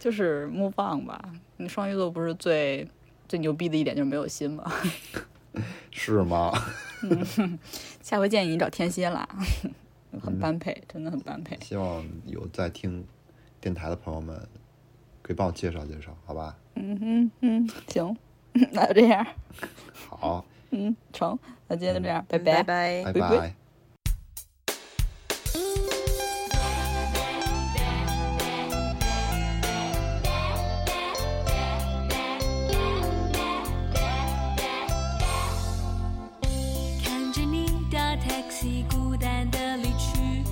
就是 move on 吧。你双鱼座不是最最牛逼的一点就是没有心吗？是吗？ [laughs] 下 [laughs] 回建议你找天蝎啦，很般配，真的很般配。希望有在听电台的朋友们给帮我介绍介绍，好吧？嗯哼嗯，行， [laughs] 那就这样，好，嗯，成，那今天就这样，拜拜拜拜拜。看着你的 taxi 孤单的离去，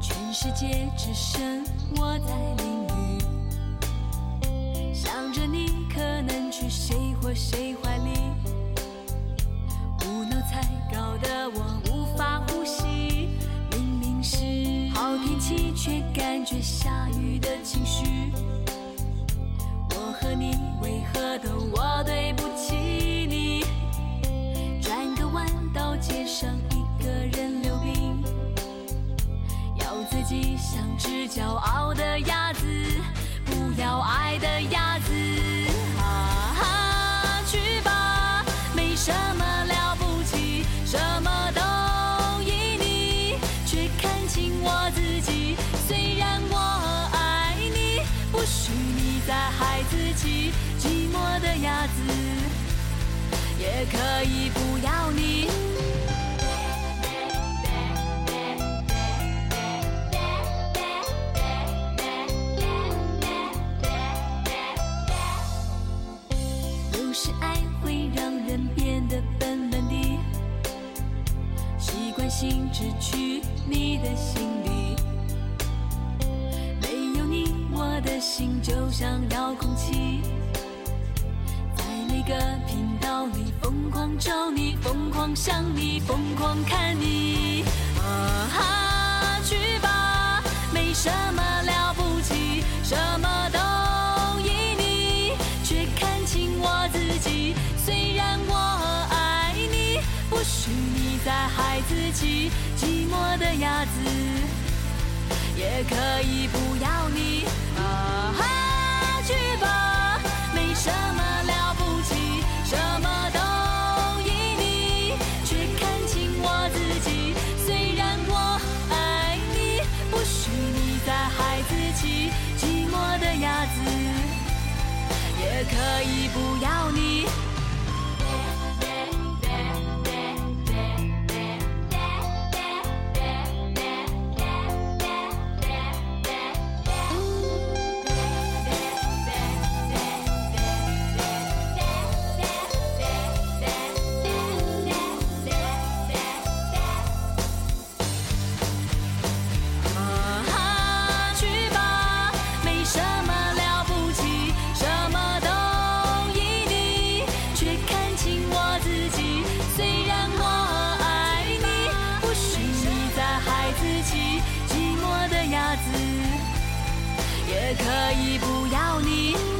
全世界只剩我在淋雨。想着你可能去谁或谁怀里，无脑才搞得我无法呼吸。明明是好天气，却感觉下雨的情绪。我和你为何都我对不起你？转个弯到街上一个人溜冰，要自己像只骄傲的鸭子，不要爱的鸭子。啊，去吧，没什么了不起，什么都依你，却看清我自己。虽然我爱你，不许你再害自己，寂寞的鸭子。也可以不要你。有时爱会让人变得笨笨的，习惯性只去你的心里。没有你，我的心就像遥控器。在每个频道里疯狂找你，疯狂想你，疯狂看你。啊哈，去吧，没什么了不起，什么都依你，却看清我自己。虽然我爱你，不许你再害自己，寂寞的鸭子。也可以不要你。啊哈，去吧，没什么了不起，什么都依你，却看清我自己。虽然我爱你，不许你再害自己，寂寞的鸭子，也可以不要你。啊，去吧，没什么了不起，什么都依你，却看清我自己。虽然我爱你，不许你再害自己，寂寞的鸭子，也可以不要你。